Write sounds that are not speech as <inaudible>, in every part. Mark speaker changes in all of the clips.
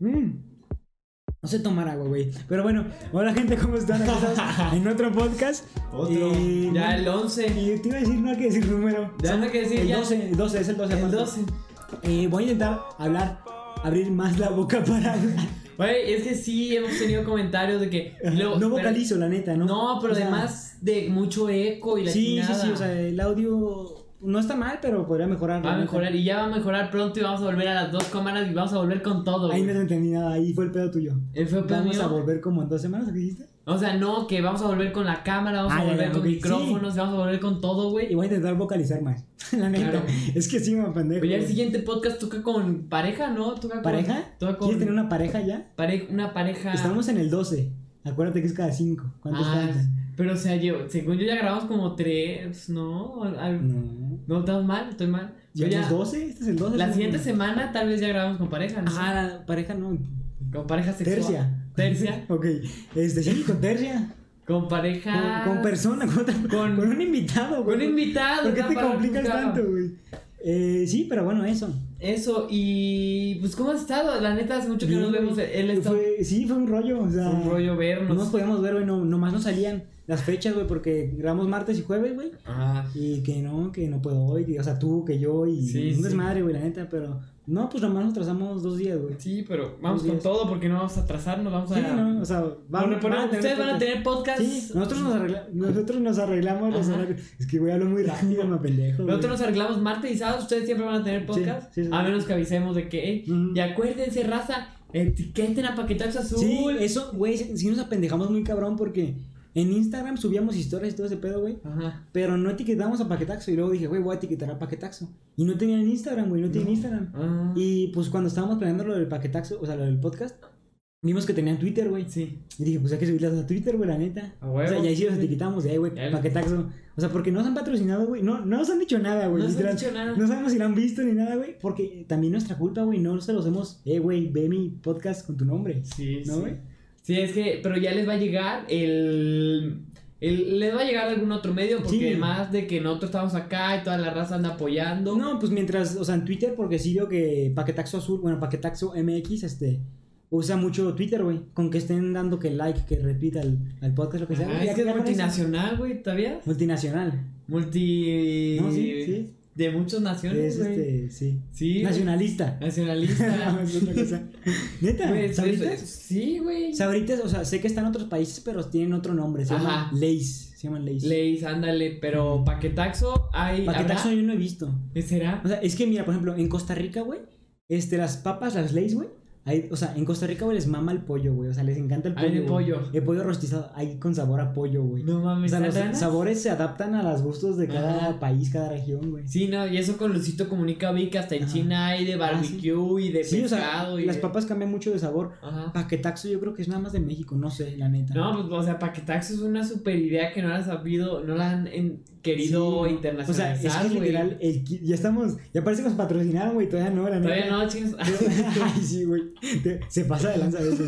Speaker 1: Mm. No sé tomar agua, güey. Pero bueno, hola gente, ¿cómo están? Aquí
Speaker 2: <laughs>
Speaker 1: estamos en otro podcast.
Speaker 3: Otro.
Speaker 1: Y-
Speaker 2: Ya el 11.
Speaker 1: Y te iba a decir, no hay que decir número.
Speaker 2: Ya no hay que decir,
Speaker 1: El
Speaker 2: ya.
Speaker 1: 12, el 12, es el 12.
Speaker 2: El
Speaker 1: aparte.
Speaker 2: 12.
Speaker 1: Eh, voy a intentar hablar, abrir más la boca <laughs> para hablar.
Speaker 2: Güey, es que sí hemos tenido comentarios de que.
Speaker 1: <laughs>
Speaker 2: luego-
Speaker 1: no
Speaker 2: pero-
Speaker 1: vocalizo, la neta, ¿no?
Speaker 2: No, pero
Speaker 1: O sea,
Speaker 2: además de mucho eco y la
Speaker 1: Sí, sí,
Speaker 2: chingada.
Speaker 1: sí, o sea, el audio no está mal, pero podría mejorar.
Speaker 2: Va a
Speaker 1: la neta.
Speaker 2: mejorar y ya va a mejorar pronto y vamos a volver a las dos cámaras y vamos a volver con todo.
Speaker 1: Ahí no
Speaker 2: güey.
Speaker 1: te entendí nada, ahí fue el pedo tuyo.
Speaker 2: Eh, fue pedo
Speaker 1: Vamos
Speaker 2: mío.
Speaker 1: a volver como en dos semanas, ¿qué dijiste?
Speaker 2: O sea, no, que vamos a volver con la cámara, vamos
Speaker 1: Ah,
Speaker 2: a
Speaker 1: ya,
Speaker 2: volver
Speaker 1: ya,
Speaker 2: con
Speaker 1: ok,
Speaker 2: micrófonos, vamos a volver con todo,
Speaker 1: Y
Speaker 2: güey.
Speaker 1: voy a intentar vocalizar más. <laughs> La neta.
Speaker 2: Claro.
Speaker 1: Es que sí, me pendejo.
Speaker 2: Pero Pues ya el
Speaker 1: güey.
Speaker 2: siguiente podcast toca con pareja, ¿no? Toca con-
Speaker 1: ¿Pareja?
Speaker 2: Toca con
Speaker 1: ¿Quieres tener una pareja ya?
Speaker 2: pare- una pareja.
Speaker 1: Estamos en el 12. Acuérdate que es cada 5. ¿Cuántos
Speaker 2: Ah,
Speaker 1: faltan?
Speaker 2: Pero o sea, yo, según yo ya grabamos como tres, ¿no?
Speaker 1: Mm.
Speaker 2: Al-
Speaker 1: No.
Speaker 2: No, estamos mal, estoy mal. Yo
Speaker 1: ¿Llevamos
Speaker 2: ya-
Speaker 1: 12? Este es el 12.
Speaker 2: la
Speaker 1: ¿no?
Speaker 2: siguiente semana tal vez ya grabamos con pareja, ¿no?
Speaker 1: Ajá, la pareja no.
Speaker 2: Con pareja sexual.
Speaker 1: Tercia.
Speaker 2: Tercia.
Speaker 1: <laughs> Ok. Este, sí, con tercia.
Speaker 2: Con
Speaker 1: Con,
Speaker 2: pareja.
Speaker 1: con persona, con, otra-
Speaker 2: Con-
Speaker 1: con un invitado,
Speaker 2: Con
Speaker 1: güey.
Speaker 2: invitado.
Speaker 1: ¿Por qué
Speaker 2: ya
Speaker 1: te
Speaker 2: para
Speaker 1: complicas
Speaker 2: buscar.
Speaker 1: tanto, güey? Eh, sí, pero bueno, eso.
Speaker 2: Eso, y pues, ¿cómo has estado? La neta, hace mucho que
Speaker 1: Bien,
Speaker 2: no nos
Speaker 1: güey.
Speaker 2: vemos. eh, Él está
Speaker 1: Fue- sí, fue un rollo. O sea,
Speaker 2: un rollo
Speaker 1: No nos
Speaker 2: vernos.
Speaker 1: podíamos ver, güey. No, nomás no salían las fechas, güey, porque grabamos martes y jueves, güey.
Speaker 2: Ajá.
Speaker 1: Y que no, que no puedo hoy. que- o sea, tú, que yo. Y
Speaker 2: Sí,
Speaker 1: un
Speaker 2: sí.
Speaker 1: desmadre, güey, la neta. Pero no, pues nomás nos trazamos dos días, güey.
Speaker 2: Sí, pero vamos
Speaker 1: Dos
Speaker 2: con
Speaker 1: días.
Speaker 2: todo porque no vamos a atrasarnos, vamos a.
Speaker 1: Sí, no, o sea, va-
Speaker 2: Bueno, pero
Speaker 1: van a tener
Speaker 2: ustedes van a
Speaker 1: podcast.
Speaker 2: tener podcast.
Speaker 1: Sí, nosotros nos, arregla- nosotros nos arreglamos los
Speaker 2: Ajá.
Speaker 1: horarios. Es que, güey, hablo muy rápido, me pendejo. güey.
Speaker 2: Nosotros nos arreglamos martes y sábado, ustedes siempre van a tener podcast.
Speaker 1: sí, sí.
Speaker 2: a menos que avisemos de que, "Ey,
Speaker 1: Ujú.
Speaker 2: y acuérdense, raza, etiqueten a Paquetax Azul.
Speaker 1: Sí, eso, güey, sí nos apendejamos muy cabrón porque en Instagram subíamos historias y todo ese pedo, güey.
Speaker 2: Ajá.
Speaker 1: Pero no etiquetábamos a Paquetaxo. Y luego dije, güey, voy a etiquetar a Paquetaxo. Y no tenían Instagram, güey, no tenían Instagram.
Speaker 2: Ah,
Speaker 1: Y pues cuando estábamos planeando lo del Paquetaxo, o sea, lo del podcast, vimos que tenían Twitter, güey.
Speaker 2: sí.
Speaker 1: Y dije, pues hay que subirlas a Twitter, güey, la neta.
Speaker 2: Ah, A huevo.
Speaker 1: O sea, ya ahí sí los etiquetamos, de ahí, güey,
Speaker 2: Ya.
Speaker 1: Paquetaxo. O sea, porque no nos han patrocinado, güey. No, no nos han dicho nada,
Speaker 2: No
Speaker 1: güey.
Speaker 2: nos
Speaker 1: literal.
Speaker 2: han dicho nada.
Speaker 1: No sabemos si lo han visto ni nada, güey. Porque también nuestra culpa, güey. No se los hemos. Eh, güey, ve mi podcast con tu nombre.
Speaker 2: Sí,
Speaker 1: ¿No,
Speaker 2: sí.
Speaker 1: güey?
Speaker 2: Sí, es que, pero ya les va a llegar el. el- les va a llegar algún otro medio porque
Speaker 1: Sí.
Speaker 2: además de que nosotros estamos acá y toda la raza anda apoyando.
Speaker 1: No, pues mientras, o sea, en Twitter, porque sí veo que Paquetaxo Azul, bueno, Paquetaxo MX, este, usa mucho Twitter, güey. Con que estén dando que like, que repita al, al podcast, lo que sea.
Speaker 2: Ah,
Speaker 1: güey, pues, ya
Speaker 2: es que es
Speaker 1: ya con eso.
Speaker 2: multinacional, güey, ¿todavía?
Speaker 1: Multinacional.
Speaker 2: Multi.
Speaker 1: No, sí, sí.
Speaker 2: De muchas naciones,
Speaker 1: Es
Speaker 2: güey.
Speaker 1: este, sí.
Speaker 2: Sí. <laughs> Ah,
Speaker 1: Nacionalista.
Speaker 2: Nacionalista.
Speaker 1: <laughs> Es otra cosa.
Speaker 2: <laughs>
Speaker 1: Neta,
Speaker 2: Güey,
Speaker 1: ¿sabritas?
Speaker 2: Pues, Sí, güey.
Speaker 1: Sabritas, o sea, sé que están en otros países, pero tienen otro nombre. Se
Speaker 2: Ajá.
Speaker 1: llaman Leis. Se llaman Leis.
Speaker 2: Leis, ándale, pero paquetaxo hay.
Speaker 1: Paquetaxo
Speaker 2: ¿habrá?
Speaker 1: yo no he visto.
Speaker 2: ¿Será?
Speaker 1: O sea, es que mira, por ejemplo, en Costa Rica, güey, este, las papas, las leis, güey. ahí- o sea, en Costa Rica, güey, les mama el pollo, güey. O sea, les encanta el
Speaker 2: Ahí
Speaker 1: pollo.
Speaker 2: de
Speaker 1: güey.
Speaker 2: pollo.
Speaker 1: El pollo rostizado, ahí con sabor a pollo, güey.
Speaker 2: No
Speaker 1: o
Speaker 2: mames,
Speaker 1: sea, los
Speaker 2: ¿sabrán?
Speaker 1: sabores se adaptan a los gustos de cada
Speaker 2: Ajá.
Speaker 1: país, cada región, güey.
Speaker 2: Sí, no, y eso con Lucito comunica vi que hasta en
Speaker 1: Ajá.
Speaker 2: China hay de
Speaker 1: Ah, sí.
Speaker 2: barbecue y de
Speaker 1: Sí, o sea,
Speaker 2: pescado y
Speaker 1: las
Speaker 2: de-
Speaker 1: papas cambian mucho de sabor.
Speaker 2: Ajá.
Speaker 1: Paquetaxo yo creo que es nada más de México, no sé, la neta.
Speaker 2: No, pues, o sea, paquetaxo es una super idea que no la han sabido, no la han en-
Speaker 1: Sí.
Speaker 2: querido
Speaker 1: O sea,
Speaker 2: internacionalizar,
Speaker 1: es que
Speaker 2: güey.
Speaker 1: literal, el, ki- ya estamos, ya parece que nos patrocinaron, güey, todavía no, la neta.
Speaker 2: Todavía no,
Speaker 1: <laughs>
Speaker 2: chingas. <laughs>
Speaker 1: Ay, sí, güey. Te- Se pasa de lanza a veces.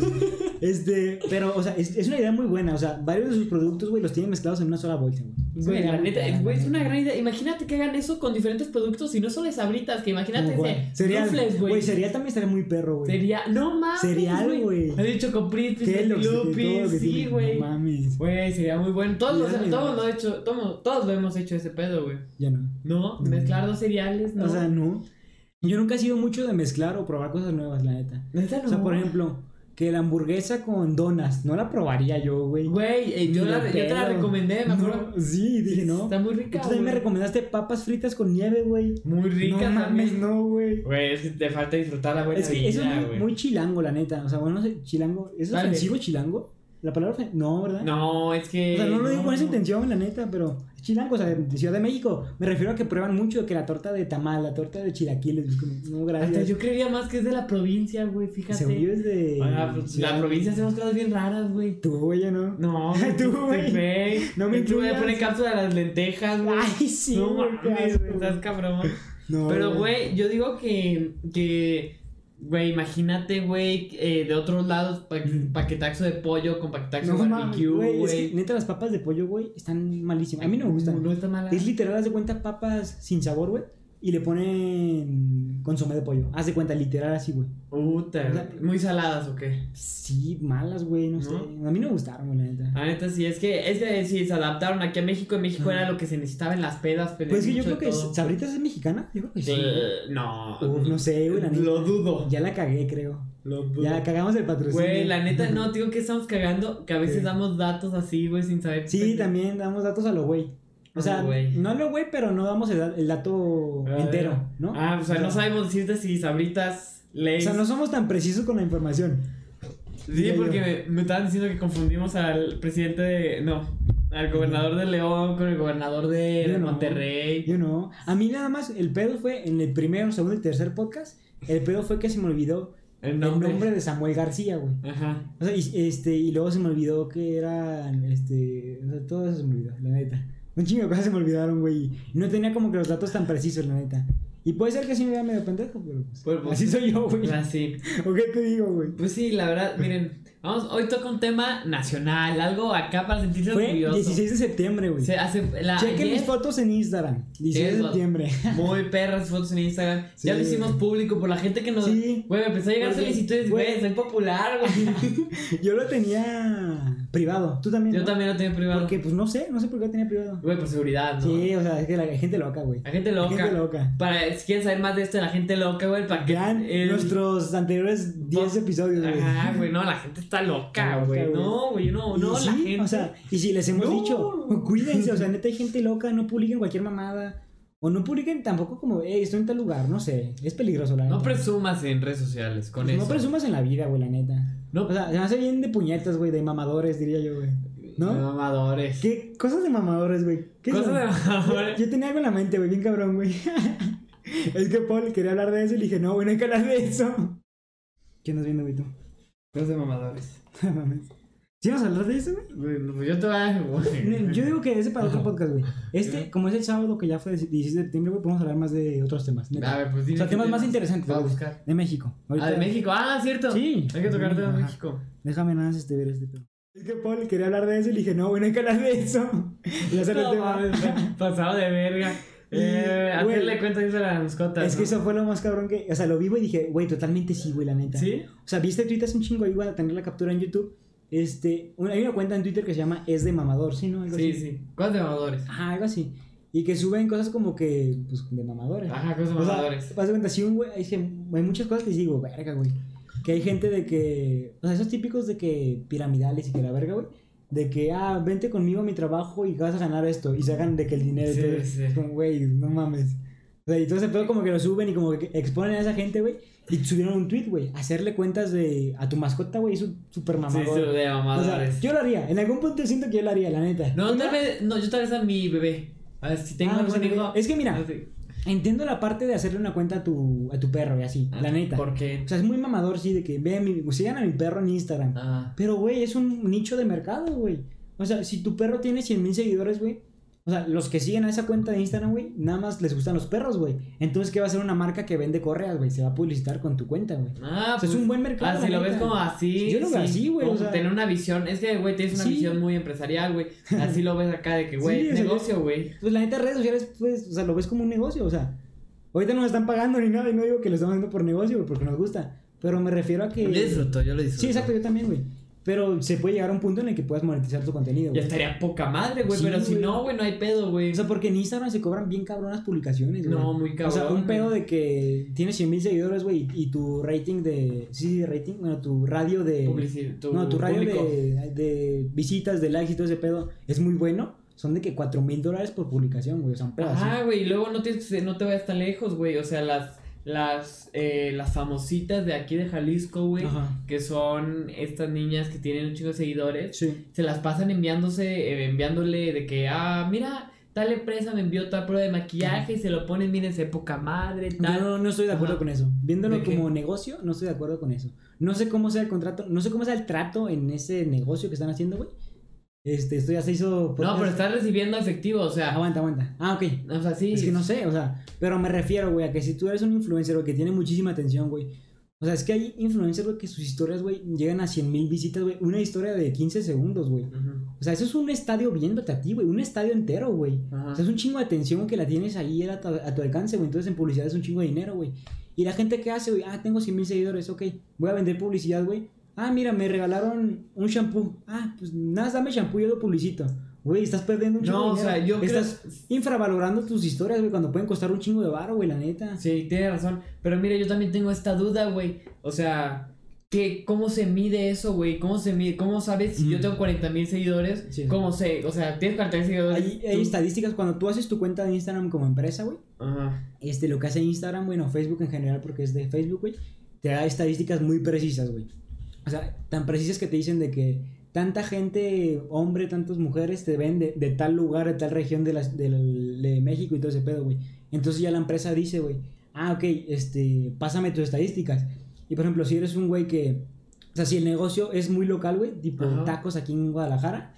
Speaker 1: Este, pero, o sea, es, es una idea muy buena. O sea, varios de sus productos, güey, los tienen mezclados en una sola bolsa, güey. Es una
Speaker 2: Güey,
Speaker 1: idea
Speaker 2: la
Speaker 1: muy
Speaker 2: neta,
Speaker 1: buena,
Speaker 2: güey, es
Speaker 1: la
Speaker 2: una
Speaker 1: neta.
Speaker 2: gran idea. Imagínate que hagan eso con diferentes productos y no solo de sabritas, que imagínate
Speaker 1: Como, güey,
Speaker 2: de
Speaker 1: Cereal.
Speaker 2: rufles,
Speaker 1: Güey, cereal también estaría muy perro, güey.
Speaker 2: Sería, no mames.
Speaker 1: Cereal, güey.
Speaker 2: Ha dicho con Prispis,
Speaker 1: Kellogg's, de todo lo que
Speaker 2: sí,
Speaker 1: tiene.
Speaker 2: güey.
Speaker 1: No mames.
Speaker 2: Güey, sería muy bueno. Todos, los-
Speaker 1: Ya, güey.
Speaker 2: todos, lo he hecho, todos, todos lo hemos hecho ese pedo, güey.
Speaker 1: Ya no.
Speaker 2: No,
Speaker 1: No.
Speaker 2: mezclar dos cereales, no.
Speaker 1: Mm. O sea, no. Yo nunca he sido mucho de mezclar o probar cosas nuevas, la neta.
Speaker 2: Neta, no.
Speaker 1: O sea, por ejemplo, que la hamburguesa con donas, no la probaría yo, güey.
Speaker 2: Güey, eh, yo,
Speaker 1: Ni
Speaker 2: la,
Speaker 1: de
Speaker 2: yo te la
Speaker 1: pedo.
Speaker 2: recomendé, me acuerdo.
Speaker 1: No, sí, dije, no.
Speaker 2: Está muy
Speaker 1: Tú
Speaker 2: rica,
Speaker 1: también me
Speaker 2: güey.
Speaker 1: recomendaste papas fritas con nieve, güey.
Speaker 2: Muy rica
Speaker 1: no mames,
Speaker 2: también.
Speaker 1: no, güey.
Speaker 2: Güey, es que te falta disfrutar la buena
Speaker 1: Es que eso
Speaker 2: vida,
Speaker 1: es muy,
Speaker 2: güey.
Speaker 1: muy chilango, la neta. O sea, bueno, no sé, chilango. ¿Es
Speaker 2: Tal vez.
Speaker 1: ofensivo chilango? ¿La palabra ofen- No, ¿verdad?
Speaker 2: No, es que...
Speaker 1: O sea, no lo digo con esa
Speaker 2: no.
Speaker 1: intención, la neta, pero es chilango, o sea, de Ciudad de México. Me refiero a que prueban mucho que la torta de tamal, la torta de chilaquiles. es como, No,
Speaker 2: Hasta
Speaker 1: gracias.
Speaker 2: yo creía más que es de la provincia, güey, fíjate.
Speaker 1: Según yo es de.
Speaker 2: Ah, pues, la
Speaker 1: Ciudad-
Speaker 2: provincia hacemos cosas bien raras, güey.
Speaker 1: Tú, güey, yo no.
Speaker 2: No,
Speaker 1: <laughs> Tú, güey. No
Speaker 2: No
Speaker 1: me
Speaker 2: me Tú voy a
Speaker 1: incluyas.
Speaker 2: poner cápsula a las lentejas, güey.
Speaker 1: Ay, sí.
Speaker 2: no
Speaker 1: güey, qué
Speaker 2: mames,
Speaker 1: asco,
Speaker 2: güey,
Speaker 1: güey.
Speaker 2: estás cabrón.
Speaker 1: No,
Speaker 2: Pero, güey, yo digo que. que Güey, imagínate, güey, eh, de otros lados, pa-
Speaker 1: Mm.
Speaker 2: paquetaxo de pollo con paquetaxo
Speaker 1: No
Speaker 2: de
Speaker 1: mames,
Speaker 2: barbecue,
Speaker 1: güey.
Speaker 2: güey.
Speaker 1: Es que, neta, las papas de pollo, güey, están malísimas. A mí no me gustan.
Speaker 2: No está mala.
Speaker 1: Es literal, haz de cuenta papas sin sabor, güey. y le ponen consomé de pollo. Haz de cuenta, literal así, güey.
Speaker 2: Puta,
Speaker 1: O sea,
Speaker 2: muy saladas o qué.
Speaker 1: Sí, malas, güey, no,
Speaker 2: ¿No?
Speaker 1: sé. A mí no me gustaron, güey, la neta.
Speaker 2: La neta sí, es que, es que sí, se adaptaron aquí a México. En México
Speaker 1: Ajá.
Speaker 2: era lo que se necesitaba en las pedas. Pero
Speaker 1: pues que yo creo
Speaker 2: mucho de
Speaker 1: que
Speaker 2: todo.
Speaker 1: Sabritas es mexicana. Yo creo que sí.
Speaker 2: Eh, no,
Speaker 1: Uf, no sé, güey, la neta.
Speaker 2: Lo dudo.
Speaker 1: Ya la cagué, creo.
Speaker 2: Lo dudo.
Speaker 1: Ya la cagamos el patrocinio.
Speaker 2: Güey, la neta, no, te digo que estamos cagando, que a veces
Speaker 1: Sí.
Speaker 2: damos datos así, güey, sin saber.
Speaker 1: Sí, también damos datos a lo güey. O sea,
Speaker 2: A lo güey.
Speaker 1: no a lo güey, pero no damos el, da- el dato
Speaker 2: Ah,
Speaker 1: entero, ¿no?
Speaker 2: Ah, o sea, no sabemos decirte si sabritas
Speaker 1: O
Speaker 2: leyes.
Speaker 1: sea, no somos tan precisos con la información.
Speaker 2: sí,
Speaker 1: ya
Speaker 2: porque
Speaker 1: yo.
Speaker 2: me, me estaban diciendo que confundimos al presidente de. No, al gobernador de León con el gobernador de,
Speaker 1: Yo no.
Speaker 2: Monterrey.
Speaker 1: Yo no. A mí nada más, el pedo fue en el primero, segundo y tercer podcast. El pedo fue que se me olvidó
Speaker 2: El
Speaker 1: el
Speaker 2: nombre.
Speaker 1: nombre, de Samuel García, güey.
Speaker 2: Ajá.
Speaker 1: O sea, y, este, y luego se me olvidó que eran. Este, o sea, todo eso se me olvidó, la neta. Un chingo de cosas se me olvidaron, güey. y No tenía como que los datos tan precisos, la neta. Y puede ser que sí me vea medio pendejo, pero pues,
Speaker 2: Pues, pues,
Speaker 1: así soy yo, güey.
Speaker 2: Así.
Speaker 1: <laughs> ¿O qué te digo, güey?
Speaker 2: Pues sí, la verdad, miren, vamos, hoy toca un tema nacional, algo acá para sentirse
Speaker 1: Fue
Speaker 2: orgulloso.
Speaker 1: 16 de septiembre, güey.
Speaker 2: Se hace la
Speaker 1: Chequen
Speaker 2: ayer-
Speaker 1: mis fotos en Instagram. 16 de
Speaker 2: Tienes fotos. <laughs>
Speaker 1: septiembre.
Speaker 2: Muy perras fotos en Instagram.
Speaker 1: Sí.
Speaker 2: Ya lo hicimos público por la gente que nos.
Speaker 1: Sí.
Speaker 2: Güey, me empezó a llegar
Speaker 1: Porque,
Speaker 2: solicitudes, güey,
Speaker 1: güey.
Speaker 2: soy
Speaker 1: <laughs>
Speaker 2: popular, güey.
Speaker 1: Yo lo tenía privado. Tú también.
Speaker 2: Yo
Speaker 1: ¿no?
Speaker 2: también lo tenía privado.
Speaker 1: Porque, pues no sé, no sé por qué lo tenía privado.
Speaker 2: Güey, por seguridad, ¿no?
Speaker 1: Sí, o sea, es que la gente loca, güey.
Speaker 2: La gente
Speaker 1: La
Speaker 2: loca.
Speaker 1: gente loca.
Speaker 2: Para, si quieren saber más de esto de la gente loca, güey, para que.
Speaker 1: Gran
Speaker 2: el-
Speaker 1: nuestros anteriores 10 episodios, güey.
Speaker 2: Ajá, güey, no, la gente está
Speaker 1: Está
Speaker 2: loca,
Speaker 1: loca,
Speaker 2: güey.
Speaker 1: güey.
Speaker 2: No, güey, no,
Speaker 1: Y
Speaker 2: no,
Speaker 1: sí,
Speaker 2: la gente.
Speaker 1: O sea, y si les hemos
Speaker 2: No.
Speaker 1: dicho, cuídense, o sea, neta hay gente loca, no publiquen cualquier mamada. O no publiquen tampoco como, hey, estoy en tal lugar, no sé. Es peligroso, la neta.
Speaker 2: no presumas en redes sociales con
Speaker 1: Pues
Speaker 2: eso.
Speaker 1: No presumas en la vida, güey, la neta.
Speaker 2: No,
Speaker 1: O sea, se me hace bien de puñetas, güey, de mamadores, diría yo, güey. ¿no?
Speaker 2: Mamadores.
Speaker 1: ¿Qué cosas de mamadores, güey? ¿Qué
Speaker 2: Cosas
Speaker 1: son?
Speaker 2: de
Speaker 1: <laughs>
Speaker 2: mamadores.
Speaker 1: Yo tenía algo en la mente, güey, bien cabrón, güey. <laughs> es que Paul quería hablar de eso y le dije, no, güey, no hay que hablar de eso. ¿Qué andas viendo, güey, tú? <laughs>
Speaker 2: Cosas de mamadores.
Speaker 1: No mames. ¿Sí vamos a hablar de eso, güey?
Speaker 2: Bueno, pues yo te voy a.
Speaker 1: No, Yo digo que ese para otro
Speaker 2: Ajá.
Speaker 1: podcast, güey. Este, como es el sábado que ya fue 16 de septiembre, güey, podemos hablar más de otros temas. neta.
Speaker 2: A ver, pues
Speaker 1: o
Speaker 2: dime.
Speaker 1: sea,
Speaker 2: qué
Speaker 1: temas más
Speaker 2: temas.
Speaker 1: interesantes.
Speaker 2: Va a
Speaker 1: güey.
Speaker 2: buscar.
Speaker 1: De México.
Speaker 2: Ah, de México. Ah, cierto.
Speaker 1: Sí.
Speaker 2: Hay que tocar de
Speaker 1: Ajá.
Speaker 2: México.
Speaker 1: Déjame nada más este ver este tema. Es que Paul quería hablar de eso y le dije, no, güey, no hay que hablar de eso. <laughs> Y hacer el
Speaker 2: No,
Speaker 1: tema.
Speaker 2: mames, pa- <laughs> pasado de verga.
Speaker 1: Y,
Speaker 2: Eh,
Speaker 1: güey,
Speaker 2: hacerle cuenta eso a las mascotas.
Speaker 1: Es que
Speaker 2: ¿no?
Speaker 1: eso fue lo más cabrón que. O sea, lo vi, güey, y dije, güey, totalmente sí, güey, la neta.
Speaker 2: ¿Sí?
Speaker 1: O sea, viste Twitter es un chingo ahí, voy a tener la captura en YouTube. Este, un- hay una cuenta en Twitter que se llama Es de Mamador, ¿sí, no? Algo
Speaker 2: Sí,
Speaker 1: así.
Speaker 2: sí. Cosas de mamadores.
Speaker 1: Ajá, algo así. Y que suben cosas como que, pues, de mamadores.
Speaker 2: Ajá, cosas de
Speaker 1: O sea,
Speaker 2: mamadores.
Speaker 1: haz de cuenta, si un güey, es que hay muchas cosas que digo, verga, güey. Que hay gente de que, o sea, esos típicos de que piramidales y que la verga, güey. De que, ah, vente conmigo a mi trabajo y vas a ganar esto. Y sacan de que el dinero. y
Speaker 2: Sí,
Speaker 1: todo.
Speaker 2: sí.
Speaker 1: Es como, güey, no mames. O sea, y todo ese pedo como que lo suben y como que exponen a esa gente, güey. Y subieron un tweet, güey. Hacerle cuentas de a tu mascota, güey, es un super
Speaker 2: Sí, sí,
Speaker 1: mamador.
Speaker 2: de
Speaker 1: o
Speaker 2: mamadores.
Speaker 1: sea, yo lo haría. En algún punto siento que yo lo haría, la neta.
Speaker 2: No,
Speaker 1: Una-
Speaker 2: tal vez. No, yo tal vez a mi bebé. A ver, si tengo
Speaker 1: Ah,
Speaker 2: algún
Speaker 1: bueno,
Speaker 2: hijo.
Speaker 1: es que mira,
Speaker 2: no sé.
Speaker 1: Entiendo la parte de hacerle una cuenta a tu, a tu perro y así,
Speaker 2: Ah,
Speaker 1: la neta.
Speaker 2: ¿Por qué?
Speaker 1: O sea, es muy mamador, sí, de que vean mi, sigan a mi perro en Instagram.
Speaker 2: Ah,
Speaker 1: Pero, güey, es un nicho de mercado, güey. O sea, si tu perro tiene 100 mil seguidores, güey. O sea, los que siguen a esa cuenta de Instagram, güey, nada más les gustan los perros, güey. Entonces, ¿qué va a ser una marca que vende correas, güey? Se va a publicitar con tu cuenta, güey.
Speaker 2: Ah,
Speaker 1: O sea, es un buen mercado,
Speaker 2: Ah, si
Speaker 1: la
Speaker 2: lo ves
Speaker 1: neta.
Speaker 2: como así.
Speaker 1: Yo lo veo
Speaker 2: sí.
Speaker 1: así, güey,
Speaker 2: Como
Speaker 1: o sea.
Speaker 2: Tener una visión. Es que, güey, tienes una
Speaker 1: Sí.
Speaker 2: visión muy empresarial,
Speaker 1: <laughs>
Speaker 2: güey. Así lo ves acá de que,
Speaker 1: Sí,
Speaker 2: güey,
Speaker 1: o sea,
Speaker 2: negocio, güey.
Speaker 1: Pues la neta, redes sociales, pues, o sea, lo ves como un negocio, o sea. Ahorita no nos están pagando ni nada y no digo que lo estamos haciendo por negocio, güey, porque nos gusta. Pero me refiero a que...
Speaker 2: Yo disfruto, yo lo disfruto.
Speaker 1: Sí, exacto, yo también, güey. Pero se puede llegar a un punto en el que puedas monetizar tu contenido,
Speaker 2: Ya
Speaker 1: güey.
Speaker 2: estaría poca madre, güey,
Speaker 1: Sí,
Speaker 2: pero si
Speaker 1: güey.
Speaker 2: no, güey, no hay pedo, güey.
Speaker 1: O sea, porque en Instagram se cobran bien cabronas publicaciones, güey.
Speaker 2: no, muy
Speaker 1: O
Speaker 2: cabrón.
Speaker 1: sea, un pedo
Speaker 2: güey.
Speaker 1: de que tienes 100 mil seguidores, güey, y tu rating de. Sí, sí, rating. Bueno, tu radio de.
Speaker 2: Publici-
Speaker 1: no, tu radio
Speaker 2: público.
Speaker 1: de, de visitas, de likes y todo ese pedo es muy bueno. Son de que 4 mil dólares por publicación, güey. O sea, un pedo así.
Speaker 2: Ajá, güey, y luego no, tienes, no te vayas tan lejos, güey. O sea, las, las, eh, las famositas de aquí de Jalisco, güey,
Speaker 1: Ajá.
Speaker 2: que son estas niñas que tienen un chingo de seguidores,
Speaker 1: Sí.
Speaker 2: se las pasan enviándose, eh, enviándole de que, ah, mira, tal empresa me envió tal prueba de maquillaje y se lo ponen, miren, se poca madre,
Speaker 1: Yo
Speaker 2: tal.
Speaker 1: no, no estoy de acuerdo
Speaker 2: Ajá.
Speaker 1: con eso. Viéndolo
Speaker 2: ¿De qué?
Speaker 1: como negocio, no estoy de acuerdo con eso. No sé cómo sea el contrato, no sé cómo sea el trato en ese negocio que están haciendo, güey. Este, esto ya se hizo.
Speaker 2: No,
Speaker 1: podcast.
Speaker 2: pero estás recibiendo efectivo, o sea,
Speaker 1: Aguanta, aguanta. Ah, ok.
Speaker 2: o sea, sí.
Speaker 1: Es que no sé, o sea, pero me refiero, güey, a que si tú eres un influencer o que tiene muchísima atención, güey. O sea, es que hay influencers, güey, que sus historias, güey, llegan a 100 mil visitas, güey. Una historia de 15 segundos, güey.
Speaker 2: Ujú.
Speaker 1: O sea, eso es un estadio viéndote a ti, güey. Un estadio entero, güey.
Speaker 2: Ajá.
Speaker 1: O sea, es un chingo de atención que la tienes ahí a tu, a tu alcance, güey. Entonces en publicidad es un chingo de dinero, güey. Y la gente que hace, güey, ah, tengo 100 mil seguidores, ok, voy a vender publicidad, güey. Ah, mira, me regalaron un shampoo. Ah, pues nada, dame shampoo, yo lo publicito. Güey, estás perdiendo un chingo
Speaker 2: No, o
Speaker 1: de dinero.
Speaker 2: sea, yo creo-
Speaker 1: Estás infravalorando tus historias, güey, cuando pueden costar un chingo de barro, güey, la neta.
Speaker 2: Sí, tiene razón. Pero mira, yo también tengo esta duda, güey. O sea, ¿qué, ¿cómo se mide eso, güey? ¿Cómo se mide? ¿Cómo sabes si yo
Speaker 1: Mm.
Speaker 2: tengo 40 mil seguidores?
Speaker 1: Sí.
Speaker 2: ¿Cómo sé? O sea, ¿tienes 40 mil seguidores?
Speaker 1: Hay, hay
Speaker 2: Tú-
Speaker 1: estadísticas, cuando tú haces tu cuenta de Instagram como empresa, güey,
Speaker 2: Ajá.
Speaker 1: este, lo que hace Instagram, bueno, Facebook en general, porque es de Facebook, güey, te da estadísticas muy precisas, güey. O sea, tan precisas que te dicen de que tanta gente, hombre, tantas mujeres te ven de, de tal lugar, de tal región de, las- del- de México y todo ese pedo, güey. Entonces ya la empresa dice, güey, ah, ok, este, pásame tus estadísticas. Y por ejemplo, si eres un güey que, o sea, si el negocio es muy local, güey, tipo
Speaker 2: Ajá.
Speaker 1: tacos aquí en Guadalajara,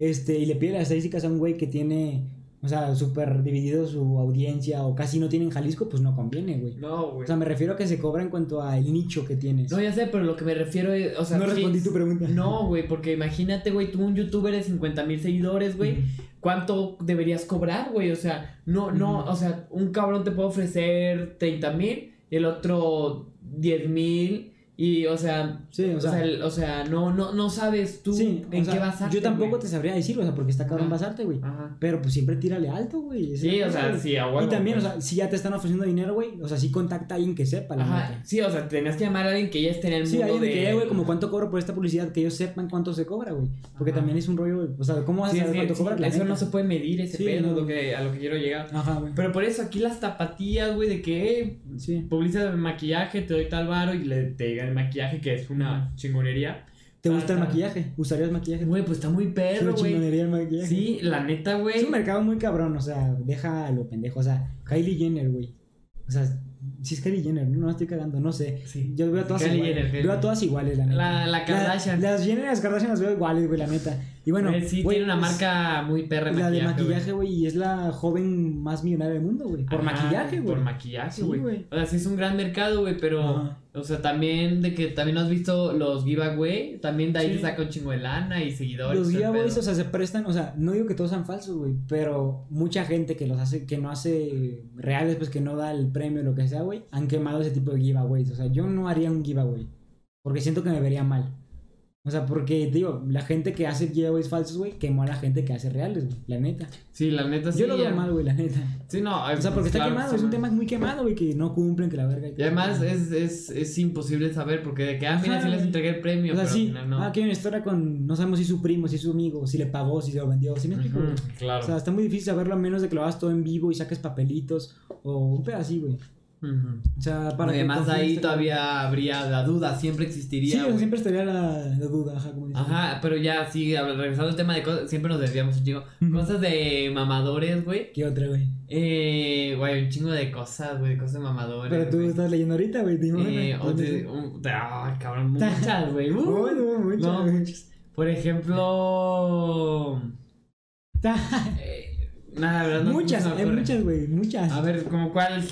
Speaker 1: este, y le pide las estadísticas a un güey que tiene, o sea, súper dividido su audiencia o casi no tiene en Jalisco, pues no conviene, güey.
Speaker 2: No,
Speaker 1: O
Speaker 2: güey.
Speaker 1: sea, me refiero a que se cobra en cuanto al nicho que tienes.
Speaker 2: No, ya sé, pero lo que me refiero es. O sea,
Speaker 1: No
Speaker 2: sí-
Speaker 1: respondí tu pregunta.
Speaker 2: No, güey, porque imagínate, güey, tú un youtuber de 50 mil seguidores, güey. ¿Cuánto deberías cobrar, güey? O sea, no, no,
Speaker 1: Ujú.
Speaker 2: o sea, un cabrón te puede ofrecer 30 mil, el otro 10 mil, y, o sea,
Speaker 1: Sí, o
Speaker 2: o sea,
Speaker 1: sea,
Speaker 2: el- o sea, no, no, no sabes tú
Speaker 1: sí, o
Speaker 2: en
Speaker 1: sea,
Speaker 2: qué basarte.
Speaker 1: Yo tampoco
Speaker 2: güey.
Speaker 1: te sabría decir, o sea, porque está cabrón
Speaker 2: Ajá.
Speaker 1: basarte, güey.
Speaker 2: Ajá.
Speaker 1: Pero pues siempre tírale alto, güey. Esa es
Speaker 2: Sí,
Speaker 1: la
Speaker 2: o
Speaker 1: cosa,
Speaker 2: sea,
Speaker 1: güey.
Speaker 2: sí, pues. a huevo,
Speaker 1: Y también,
Speaker 2: güey.
Speaker 1: o sea, si ya te están ofreciendo dinero, güey, o sea, sí contacta a alguien que sepa. la
Speaker 2: Ajá,
Speaker 1: neta.
Speaker 2: sí, o sea, tenías que llamar a alguien que ya esté en el
Speaker 1: Sí,
Speaker 2: mundo
Speaker 1: alguien
Speaker 2: de...
Speaker 1: que, "Eh, güey, como cuánto cobro por esta publicidad, que ellos sepan cuánto se cobra, güey. Porque
Speaker 2: Ajá.
Speaker 1: también es un rollo, güey. O sea, ¿cómo vas
Speaker 2: Sí,
Speaker 1: a saber
Speaker 2: sí,
Speaker 1: cuánto
Speaker 2: sí,
Speaker 1: cobra?
Speaker 2: eso no se puede medir, ese
Speaker 1: Sí,
Speaker 2: pedo,
Speaker 1: no.
Speaker 2: lo que, a lo que quiero llegar.
Speaker 1: Ajá, güey.
Speaker 2: Pero por eso, aquí las tapatías, güey, de que, eh,
Speaker 1: Sí.
Speaker 2: publicidad de maquillaje, te doy tal varo y le, te llega el maquillaje, que es una chingonería.
Speaker 1: ¿Te
Speaker 2: Ah,
Speaker 1: gusta el
Speaker 2: está.
Speaker 1: maquillaje? ¿Usarías maquillaje?
Speaker 2: Güey, pues está muy
Speaker 1: Es una
Speaker 2: perro, güey.
Speaker 1: chingonería el maquillaje.
Speaker 2: Sí, la neta,
Speaker 1: Es
Speaker 2: güey.
Speaker 1: un mercado muy cabrón, o sea, deja a lo pendejo. O sea, Kylie Jenner, güey. O sea, si es Kylie Jenner, no, no estoy cagando, no sé.
Speaker 2: Sí.
Speaker 1: Yo veo a todas
Speaker 2: Kylie
Speaker 1: iguales.
Speaker 2: Jenner, Kylie.
Speaker 1: veo a todas iguales, la neta.
Speaker 2: La, la Kardashian.
Speaker 1: La- las Jenner y las Kardashian las veo iguales, güey, la neta. Y bueno,
Speaker 2: Eh, sí,
Speaker 1: güey,
Speaker 2: tiene una
Speaker 1: es
Speaker 2: marca muy perra de
Speaker 1: La
Speaker 2: maquillaje.
Speaker 1: de maquillaje,
Speaker 2: güey.
Speaker 1: güey, y es la joven más millonaria del mundo, güey. Por
Speaker 2: Ajá,
Speaker 1: maquillaje, güey.
Speaker 2: Por maquillaje,
Speaker 1: Sí,
Speaker 2: güey.
Speaker 1: güey.
Speaker 2: o sea, sí es un gran mercado, güey, pero.
Speaker 1: Ajá.
Speaker 2: O sea, también de que también has visto los giveaway. También de ahí
Speaker 1: Sí.
Speaker 2: te saca un chingo de lana y seguidores.
Speaker 1: Los
Speaker 2: y todo el
Speaker 1: giveaways,
Speaker 2: pedo.
Speaker 1: o sea, se prestan, o sea, no digo que todos sean falsos, güey, pero mucha gente que los hace, que no hace reales, pues que no da el premio, lo que sea, güey, han quemado ese tipo de giveaways. O sea, yo no haría un giveaway, porque siento que me vería mal. O sea, porque, digo, la gente que hace giveaways falsos, güey, quemó a la gente que hace reales, güey, la neta.
Speaker 2: Sí, la neta Pues sí.
Speaker 1: yo lo veo
Speaker 2: ya-
Speaker 1: mal, güey, la neta.
Speaker 2: Sí, no.
Speaker 1: O sea, porque está quemado, es un tema muy quemado, güey, que no cumplen, que la verga.
Speaker 2: Y además es, es, es imposible saber porque de que, ah, mira,
Speaker 1: Ajá,
Speaker 2: sí les
Speaker 1: güey.
Speaker 2: entregué el premio,
Speaker 1: O sea,
Speaker 2: pero
Speaker 1: sí,
Speaker 2: al final no.
Speaker 1: ah, que hay una historia con, no sabemos si es su primo, si es su amigo, si le pagó, si se lo vendió, ¿sí me explico?
Speaker 2: Ujú,
Speaker 1: güey?
Speaker 2: claro.
Speaker 1: O sea, está muy difícil saberlo a menos de que lo hagas todo en vivo y saques papelitos o un pedacito, güey.
Speaker 2: Ujú.
Speaker 1: O sea, para que
Speaker 2: Además
Speaker 1: confíes
Speaker 2: ahí
Speaker 1: en-
Speaker 2: todavía habría la duda, siempre
Speaker 1: Sí,
Speaker 2: existiría.
Speaker 1: o sea,
Speaker 2: güey.
Speaker 1: siempre estaría la, la duda, ajá, como dices.
Speaker 2: Ajá, pero ya sí, a ver, regresando al tema de cosas, siempre nos desviamos un chingo.
Speaker 1: Ujú.
Speaker 2: Cosas de mamadores, güey.
Speaker 1: ¿Qué otra, güey?
Speaker 2: Eh, güey, un chingo de cosas, güey, cosas de mamadores.
Speaker 1: Pero tú
Speaker 2: güey.
Speaker 1: estás leyendo ahorita, güey. dime,
Speaker 2: pues Eh,
Speaker 1: bueno,
Speaker 2: o te-
Speaker 1: entonces-
Speaker 2: un- ah, cabrón, muchas, güey.
Speaker 1: <laughs>
Speaker 2: uh.
Speaker 1: Uy, no, mucho,
Speaker 2: No,
Speaker 1: güey.
Speaker 2: muchas. Por ejemplo. eh, nada, la verdad, no-
Speaker 1: muchas,
Speaker 2: no se me
Speaker 1: hay
Speaker 2: ocurre.
Speaker 1: muchas, güey, muchas.
Speaker 2: A ver, como cuál.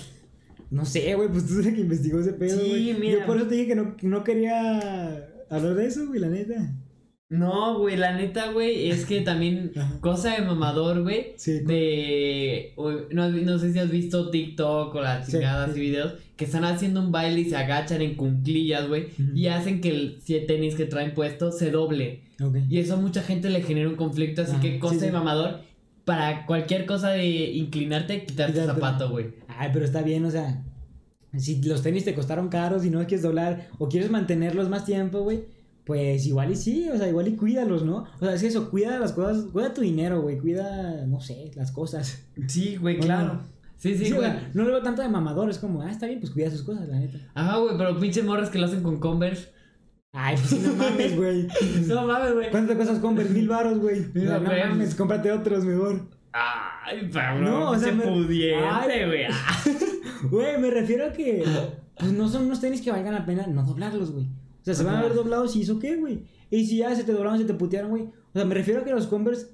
Speaker 1: No sé, güey, pues tú eres el que investigó ese pedo,
Speaker 2: Sí,
Speaker 1: güey.
Speaker 2: mira.
Speaker 1: Yo por eso te dije que no, que no quería hablar de eso, güey, la neta.
Speaker 2: No, güey, la neta, güey, es que también
Speaker 1: Ajá.
Speaker 2: cosa de mamador, güey.
Speaker 1: Sí,
Speaker 2: De. o- No, no sé si has visto TikTok o las
Speaker 1: Sí,
Speaker 2: chingadas
Speaker 1: sí.
Speaker 2: y videos que están haciendo un baile y se agachan en cunclillas, güey.
Speaker 1: Ujú.
Speaker 2: Y hacen que el si el tenis que traen puesto se doble.
Speaker 1: ok.
Speaker 2: Y eso a mucha gente le genera un conflicto. Así
Speaker 1: Ajá,
Speaker 2: que
Speaker 1: sí,
Speaker 2: cosa de
Speaker 1: sí.
Speaker 2: mamador. Para cualquier cosa de inclinarte, quitarte el
Speaker 1: Quitártelo.
Speaker 2: zapato, güey.
Speaker 1: Ay, pero está bien, o sea, si los tenis te costaron caros y no quieres doblar o quieres mantenerlos más tiempo, güey, pues igual y sí, o sea, igual y cuídalos, ¿no? O sea, es eso, cuida las cosas, cuida tu dinero, güey, cuida, no sé, las cosas.
Speaker 2: Sí, güey,
Speaker 1: Bueno.
Speaker 2: claro. Sí,
Speaker 1: <laughs>
Speaker 2: sí,
Speaker 1: Sí, o
Speaker 2: güey.
Speaker 1: sea, no lo veo tanto de mamador, es como, ah, está bien, pues cuida sus cosas, la neta.
Speaker 2: Ajá, güey, pero pinche morras que lo hacen con Converse.
Speaker 1: Ay, pues no mames, güey.
Speaker 2: No mames, güey.
Speaker 1: ¿Cuántas cosas compras? Mil varos, güey. O sea,
Speaker 2: No,
Speaker 1: No
Speaker 2: güey.
Speaker 1: mames, cómprate otros mejor.
Speaker 2: Ay, Pablo,
Speaker 1: No, o sea,
Speaker 2: pinche
Speaker 1: me-
Speaker 2: pudiente, güey.
Speaker 1: Ah. Güey, me refiero a que pues no son unos tenis que valgan la pena no doblarlos, güey. O sea, se van a
Speaker 2: Ajá.
Speaker 1: ver doblados y eso qué, güey. Y si ya se te doblaron, se te putearon, güey. O sea, me refiero a que los Converse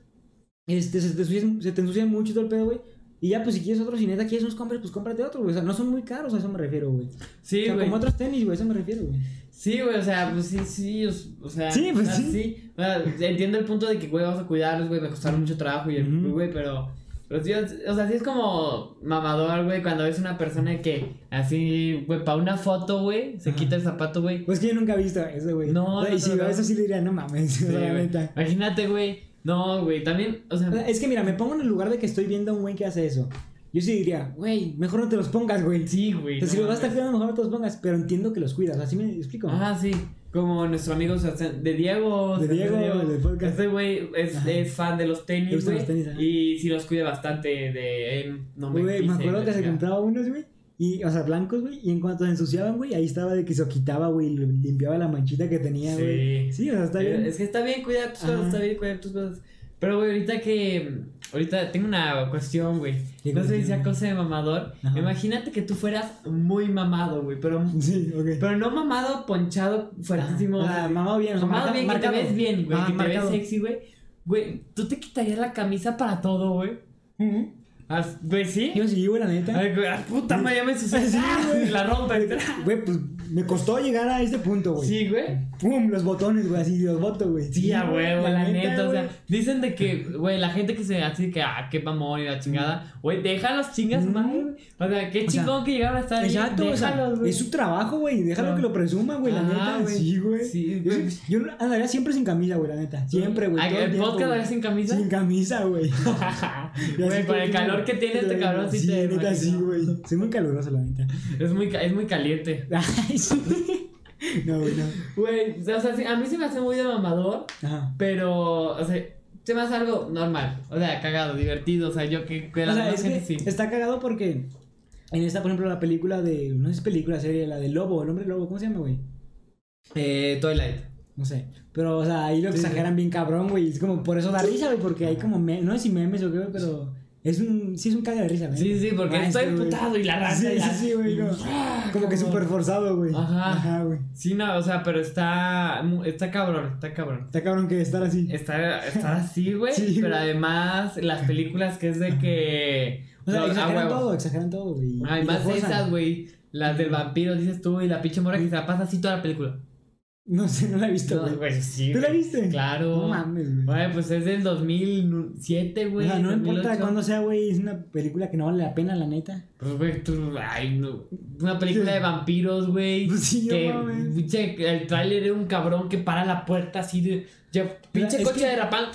Speaker 1: este, se, te ensucian, se te ensucian mucho y todo el pedo, güey. Y ya, pues si quieres otro, si neta quieres unos compras, pues cómprate otro, güey. O sea, no son muy caros, a eso me refiero, güey. o
Speaker 2: Sí,
Speaker 1: sea,
Speaker 2: güey.
Speaker 1: como otros tenis, güey, a eso me refiero, güey.
Speaker 2: Sí, güey, o sea, pues sí, sí, o- o sea.
Speaker 1: Sí, pues
Speaker 2: o sea,
Speaker 1: sí.
Speaker 2: O sea, entiendo el punto de que, güey, vamos a cuidarlos, güey, me costaron mucho trabajo y el,
Speaker 1: Ujú.
Speaker 2: güey, pero. Pero sí, o sea, sí es como mamador, güey, cuando ves una persona que así, güey, para una foto, güey, se
Speaker 1: Ajá.
Speaker 2: quita el
Speaker 1: <laughs>
Speaker 2: zapato, güey.
Speaker 1: Pues que yo nunca he visto eso, güey.
Speaker 2: No,
Speaker 1: O sea,
Speaker 2: no,
Speaker 1: Y si
Speaker 2: no,
Speaker 1: veo
Speaker 2: no.
Speaker 1: eso sí le diría, no mames, <laughs>
Speaker 2: Sí,
Speaker 1: o sea, la
Speaker 2: güey.
Speaker 1: neta.
Speaker 2: Imagínate, güey. No, güey, también, o sea. Eh,
Speaker 1: O sea, Es que mira, me pongo en el lugar de que estoy viendo a un güey que hace eso. Yo sí diría, güey, mejor no te los pongas, güey.
Speaker 2: Sí, güey. pues
Speaker 1: O sea, si
Speaker 2: no
Speaker 1: los vas a estar
Speaker 2: mames.
Speaker 1: cuidando, mejor no te los pongas. Pero entiendo que los cuidas, así me explico.
Speaker 2: Ah, sí. Como nuestro amigo o sea, de Diego.
Speaker 1: De
Speaker 2: o sea,
Speaker 1: Diego, el del podcast.
Speaker 2: Este güey es,
Speaker 1: Ajá.
Speaker 2: es fan de los
Speaker 1: Le
Speaker 2: tenis,
Speaker 1: gustan
Speaker 2: güey.
Speaker 1: los tenis, ajá.
Speaker 2: Y sí los cuida bastante de... eh, no me
Speaker 1: Güey, me
Speaker 2: pisen,
Speaker 1: acuerdo
Speaker 2: la
Speaker 1: que se
Speaker 2: chingada.
Speaker 1: compraba unos, güey. Y, o sea, blancos, güey. Y en cuanto se ensuciaban, güey, ahí estaba de que se quitaba, güey. y Limpiaba la manchita que tenía,
Speaker 2: Sí.
Speaker 1: güey. Sí, o sea, está bien.
Speaker 2: Es que está bien cuidar tus cosas,
Speaker 1: Ajá.
Speaker 2: está bien cuidar tus cosas. Pero, güey, ahorita que... Ahorita tengo una cuestión, güey.
Speaker 1: ¿Qué
Speaker 2: No sé si
Speaker 1: cuestión?
Speaker 2: sea cosa de mamador.
Speaker 1: Ajá.
Speaker 2: Imagínate que tú fueras muy mamado, güey. Pero,
Speaker 1: Sí, ok.
Speaker 2: pero no mamado, ponchado, fuertísimo.
Speaker 1: Ah,
Speaker 2: así.
Speaker 1: mamado bien, o sea,
Speaker 2: Mamado
Speaker 1: marca-
Speaker 2: bien, que te
Speaker 1: marcado.
Speaker 2: ves bien, güey.
Speaker 1: Ah,
Speaker 2: que te ves
Speaker 1: marcado.
Speaker 2: sexy, güey. Güey, tú te quitarías la camisa para todo, güey.
Speaker 1: Ujú.
Speaker 2: Ah, Güey, sí.
Speaker 1: Yo sí, güey, la neta.
Speaker 2: Ay, güey, ah, puta madre, ya me sucedió.
Speaker 1: Sí, güey.
Speaker 2: la ¿eh? rompe.
Speaker 1: Güey, pues me costó llegar a este punto, güey.
Speaker 2: Sí, güey.
Speaker 1: ¡Pum! Los botones, güey, así los boto, güey.
Speaker 2: Sí, a huevo, la, neta, o sea,
Speaker 1: güey.
Speaker 2: dicen de que, güey, la gente que se así que, ah, qué mamón y la chingada, güey, deja las chingas
Speaker 1: Mm.
Speaker 2: mal, güey. O sea, qué
Speaker 1: O sea,
Speaker 2: chingón que llegaron a estar ahí,
Speaker 1: Exacto, o sea,
Speaker 2: déjalos, güey.
Speaker 1: es su trabajo, güey. Déjalo
Speaker 2: Claro.
Speaker 1: que lo presuma, güey, la
Speaker 2: Ajá,
Speaker 1: neta.
Speaker 2: güey.
Speaker 1: Sí, güey.
Speaker 2: Sí,
Speaker 1: Yo-
Speaker 2: güey.
Speaker 1: Yo andaría siempre sin camisa, güey, la neta. Siempre, güey.
Speaker 2: Ah,
Speaker 1: todo
Speaker 2: ¿El
Speaker 1: tiempo,
Speaker 2: podcast
Speaker 1: güey.
Speaker 2: ahora sin camisa? <laughs>
Speaker 1: Sin camisa, güey. <laughs> Y así
Speaker 2: Güey,
Speaker 1: todo
Speaker 2: para el
Speaker 1: tiempo,
Speaker 2: calor que tiene este cabrón, sí,
Speaker 1: Sí,
Speaker 2: te
Speaker 1: neta, sí,
Speaker 2: imagino.
Speaker 1: güey. Soy muy caluroso, la
Speaker 2: <laughs>
Speaker 1: neta.
Speaker 2: Es muy, ca- es muy caliente.
Speaker 1: Ay, sí. <laughs> No, güey, no.
Speaker 2: Güey, o sea, sí, a mí se me hace muy de mamador,
Speaker 1: Ajá.
Speaker 2: Pero, o sea, se me hace algo normal. O sea, cagado, divertido. O sea, yo que, que
Speaker 1: O
Speaker 2: la
Speaker 1: sea,
Speaker 2: demás
Speaker 1: es
Speaker 2: gente
Speaker 1: que
Speaker 2: sí.
Speaker 1: está cagado porque en esta, por ejemplo, la película de. No es película, serie, la de Lobo, el hombre lobo, ¿cómo se llama, güey?
Speaker 2: Eh, Twilight.
Speaker 1: No sé. Pero, o sea, ahí lo
Speaker 2: Sí,
Speaker 1: exageran bien cabrón, güey. Es como, por eso da risa, güey, porque hay como. me- no sé si memes o qué, güey, pero. Es un. Sí, es un caga de risa, güey.
Speaker 2: Sí, sí, porque
Speaker 1: Ah,
Speaker 2: estoy
Speaker 1: este, güey.
Speaker 2: putado y la raza.
Speaker 1: Sí,
Speaker 2: y la-
Speaker 1: sí, sí, güey.
Speaker 2: <laughs>
Speaker 1: Como, como que
Speaker 2: como-
Speaker 1: súper forzado, güey.
Speaker 2: Ajá.
Speaker 1: Ajá, güey.
Speaker 2: Sí, no, o sea, pero está. mu- Está cabrón, está cabrón.
Speaker 1: Está cabrón que estar así.
Speaker 2: Está, está así, güey.
Speaker 1: Sí,
Speaker 2: pero
Speaker 1: güey.
Speaker 2: además, las películas que es de que.
Speaker 1: O sea,
Speaker 2: no, ah,
Speaker 1: exageran
Speaker 2: huevo.
Speaker 1: todo, exageran todo, güey.
Speaker 2: Ay,
Speaker 1: Y lo
Speaker 2: más de
Speaker 1: forzan.
Speaker 2: esas, güey. Las del vampiro, dices tú, y la pinche mora que se la pasa así toda la película.
Speaker 1: No sé, no la he visto,
Speaker 2: No,
Speaker 1: güey.
Speaker 2: güey, sí.
Speaker 1: ¿Tú la
Speaker 2: güey.
Speaker 1: viste?
Speaker 2: Claro.
Speaker 1: No mames, güey.
Speaker 2: Güey, pues es del 2007, güey.
Speaker 1: o sea, no importa
Speaker 2: 2008.
Speaker 1: cuándo sea, güey, es una película que no vale la pena, la neta.
Speaker 2: Pues, güey, tú- ay, no. Una película
Speaker 1: Sí.
Speaker 2: de vampiros, güey.
Speaker 1: Pues sí, no
Speaker 2: que,
Speaker 1: mames.
Speaker 2: pinche, el tráiler era un cabrón que para la puerta así de. ya, pinche
Speaker 1: es
Speaker 2: coche
Speaker 1: que-
Speaker 2: de rapán.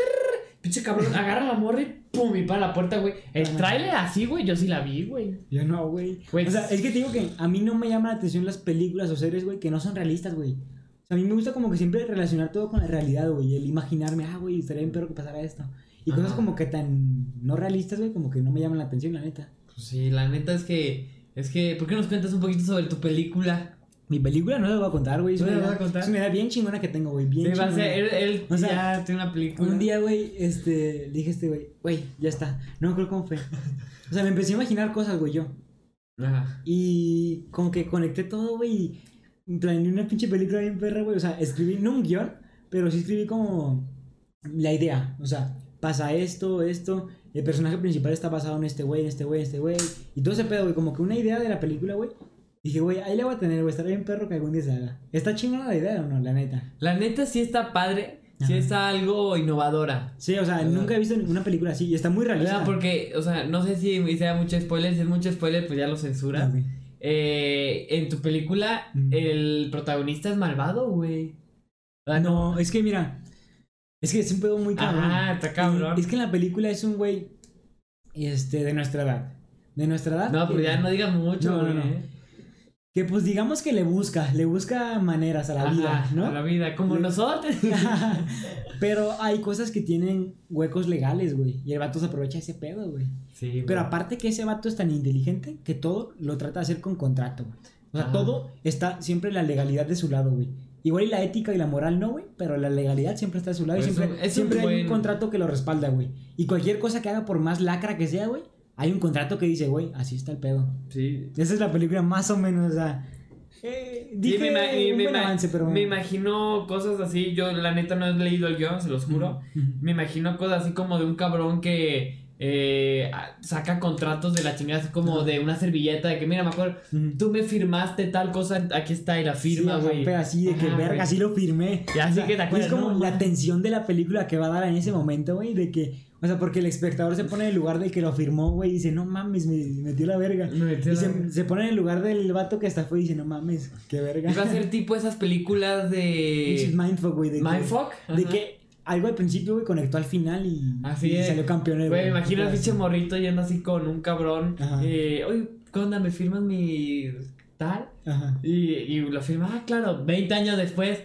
Speaker 2: Pinche <laughs> cabrón, agarra la morra y pum, y para la puerta, güey. El
Speaker 1: Ajá.
Speaker 2: tráiler así, güey, yo sí la vi, güey.
Speaker 1: Yo no, güey.
Speaker 2: Güey,
Speaker 1: O sea, es que te digo que a mí no me llama la atención las películas o series, güey, que no son realistas, güey. O sea, a mí me gusta como que siempre relacionar todo con la realidad, güey. El imaginarme, ah, güey, estaría bien pero que pasara esto. Y
Speaker 2: Ajá.
Speaker 1: cosas como que tan no realistas, güey, como que no me llaman la atención, la neta.
Speaker 2: Pues sí, la neta es que. Es que, ¿por qué nos cuentas un poquito sobre tu película?
Speaker 1: Mi película no la voy a contar, güey. Es
Speaker 2: ¿No
Speaker 1: una
Speaker 2: la vas
Speaker 1: idea-
Speaker 2: a contar?
Speaker 1: Es una idea bien chingona que tengo, güey.
Speaker 2: Sí,
Speaker 1: Bien
Speaker 2: va a
Speaker 1: chingona.
Speaker 2: ser. Él, él
Speaker 1: O sea,
Speaker 2: ya tiene una película.
Speaker 1: Un día, güey, este, le dije a este güey, güey, ya está. No me acuerdo cómo fue. O sea, me empecé a imaginar cosas, güey, yo.
Speaker 2: Ajá.
Speaker 1: Y como que conecté todo, güey. y Planeé una pinche película bien perra, güey. O sea, escribí, no un guión, pero sí escribí como la idea. O sea, pasa esto, esto. El personaje principal está basado en este güey, en este güey, en este güey. Y todo ese pedo, güey. Como que una idea de la película, güey. Dije, güey, ahí la voy a tener, güey. Estará bien perro que algún día se haga. ¿Está chingona la idea o no? La neta.
Speaker 2: La neta sí está padre. Sí
Speaker 1: Ajá.
Speaker 2: está algo innovadora.
Speaker 1: Sí, o sea,
Speaker 2: Ajá.
Speaker 1: nunca he visto ninguna película así. Y está muy
Speaker 2: Ah. O sea,
Speaker 1: realista.
Speaker 2: porque, o sea, no sé si sea mucho spoiler, si es mucho spoiler, pues ya lo censura.
Speaker 1: Ah, güey.
Speaker 2: Eh, en tu película,
Speaker 1: Mm.
Speaker 2: el protagonista es malvado, güey. O sea,
Speaker 1: Ah, No, es que mira. Es que es un pedo muy cabrón.
Speaker 2: Ajá, está cabrón.
Speaker 1: Es que en la película es un güey este, de nuestra edad. De nuestra edad.
Speaker 2: No,
Speaker 1: que-
Speaker 2: pues ya no digas mucho,
Speaker 1: No, no,
Speaker 2: güey. eh.
Speaker 1: no. Que pues digamos que le busca, le busca maneras a la
Speaker 2: Ajá,
Speaker 1: vida, ¿no? <laughs>
Speaker 2: a la vida, como
Speaker 1: Sí. <laughs>
Speaker 2: nosotros.
Speaker 1: Pero hay cosas que tienen huecos legales, güey. Y el vato se aprovecha de ese pedo, güey.
Speaker 2: sí, güey.
Speaker 1: Pero aparte que ese vato es tan inteligente que todo lo trata de hacer con contrato, güey. O sea,
Speaker 2: Ajá.
Speaker 1: todo está siempre la legalidad de su lado, güey. Igual y la ética y la moral no, güey, pero la legalidad siempre está de su lado
Speaker 2: Pues
Speaker 1: y
Speaker 2: es
Speaker 1: siempre,
Speaker 2: un- es un
Speaker 1: siempre hay
Speaker 2: buen-
Speaker 1: un contrato que lo respalda, güey. Y cualquier cosa que haga, por más lacra que sea, güey, hay un contrato que dice, güey, así está el pedo.
Speaker 2: Sí.
Speaker 1: Esa es la película más o menos, o sea... eh,
Speaker 2: Sí,
Speaker 1: dije
Speaker 2: me, ima-
Speaker 1: un
Speaker 2: me
Speaker 1: buen
Speaker 2: ima-
Speaker 1: avance, pero...
Speaker 2: me imagino cosas así. Yo, la neta, no he leído el guión, se los juro.
Speaker 1: Ujú.
Speaker 2: Me imagino cosas así como de un cabrón que eh, a- saca contratos de la chingada, así como de una servilleta, de que mira, me acuerdo,
Speaker 1: Ujú.
Speaker 2: tú me firmaste tal cosa, aquí está y la firma,
Speaker 1: Sí, o sea,
Speaker 2: güey.
Speaker 1: pero así de que
Speaker 2: Ajá,
Speaker 1: verga,
Speaker 2: güey.
Speaker 1: así lo firmé.
Speaker 2: Y así que te acuerdas,
Speaker 1: Es como
Speaker 2: ¿no?
Speaker 1: la tensión de la película que va a dar en ese momento, güey, de que, o sea, porque el espectador se pone en el lugar del que lo firmó, güey, y dice, no mames, me metió la verga.
Speaker 2: Me metí
Speaker 1: Y
Speaker 2: la verga.
Speaker 1: se, se pone en el lugar del vato que estafó y dice, no mames, qué verga. <laughs>
Speaker 2: Y va a ser tipo esas películas
Speaker 1: Pinches
Speaker 2: de.
Speaker 1: Mindfuck, güey. De que-
Speaker 2: Mindfuck.
Speaker 1: De
Speaker 2: ajá.
Speaker 1: que algo al principio, güey, conectó al final y,
Speaker 2: Así
Speaker 1: y
Speaker 2: es.
Speaker 1: salió campeón. el
Speaker 2: Güey, me imagino al
Speaker 1: Entonces,
Speaker 2: pinche morrito yendo así con un cabrón.
Speaker 1: Ajá.
Speaker 2: Eh, Oye, ¿qué onda? ¿Me firmas mi tal?
Speaker 1: Ajá.
Speaker 2: Y, y lo firma, ah, claro, 20 años después.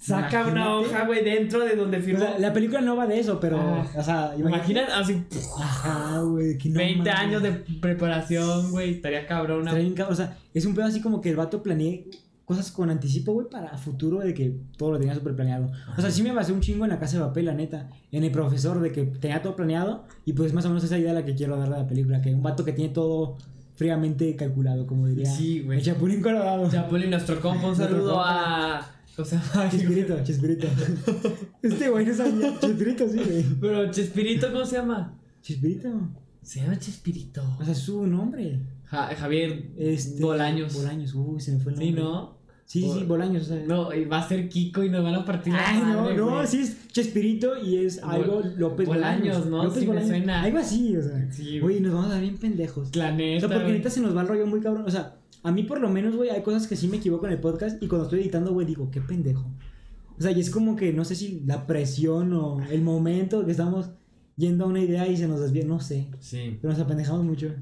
Speaker 2: Saca una
Speaker 1: Imagínate.
Speaker 2: hoja, güey, dentro de donde
Speaker 1: O
Speaker 2: firmó.
Speaker 1: sea, la película no va de eso, pero,
Speaker 2: Ah.
Speaker 1: o sea, imagínate.
Speaker 2: Imagina, así, pff,
Speaker 1: Ajá, güey. que no
Speaker 2: 20
Speaker 1: mames.
Speaker 2: años de preparación, güey, estaría cabrón. una-
Speaker 1: Está bien cabrón, O sea, es un pedo así como que el vato planee cosas con anticipo, güey, para futuro de que todo lo tenía súper planeado. O sea, sí me basé un chingo en la casa de papel, la neta. En el profesor, de que tenía todo planeado. Y pues más o menos esa idea la que quiero darle a la película. Que un vato que tiene todo fríamente calculado, como diría.
Speaker 2: Sí, güey.
Speaker 1: El Chapulín Colorado.
Speaker 2: Chapulín, nuestro compa, un
Speaker 1: Nuestro
Speaker 2: saludo
Speaker 1: compa.
Speaker 2: a. O sea, ay, güey.
Speaker 1: Chespirito, Chespirito. este güey no sabía. Chespirito, sí, güey.
Speaker 2: <laughs> Pero Chespirito, ¿cómo se llama?
Speaker 1: Chespirito.
Speaker 2: Se llama Chespirito.
Speaker 1: O sea, su nombre.
Speaker 2: Ja- Javier
Speaker 1: Este,
Speaker 2: Bolaños.
Speaker 1: Bolaños, uy, se me fue el
Speaker 2: Sí,
Speaker 1: nombre.
Speaker 2: ¿no?
Speaker 1: Sí, sí, sí, Bolaños. O sea,
Speaker 2: No, y va a ser Kiko y nos van a partir. la
Speaker 1: Ay, no,
Speaker 2: madre,
Speaker 1: no,
Speaker 2: güey.
Speaker 1: sí es Chespirito y es
Speaker 2: Bol-
Speaker 1: algo López
Speaker 2: Bolaños,
Speaker 1: Bolaños.
Speaker 2: ¿no?
Speaker 1: López
Speaker 2: Sí me
Speaker 1: Bolaños.
Speaker 2: suena.
Speaker 1: Algo así, o sea.
Speaker 2: Sí, güey.
Speaker 1: Güey, nos vamos a dar bien pendejos.
Speaker 2: La
Speaker 1: O
Speaker 2: neta.
Speaker 1: sea, porque
Speaker 2: güey.
Speaker 1: ahorita se nos va el rollo muy cabrón. O sea, a mí por lo menos, güey, hay cosas que sí me equivoco en el podcast y cuando estoy editando, güey, digo, qué pendejo. O sea, y es como que no sé si la presión o el momento que estamos yendo a una idea y se nos desvía, no sé.
Speaker 2: Sí.
Speaker 1: Pero nos apendejamos mucho.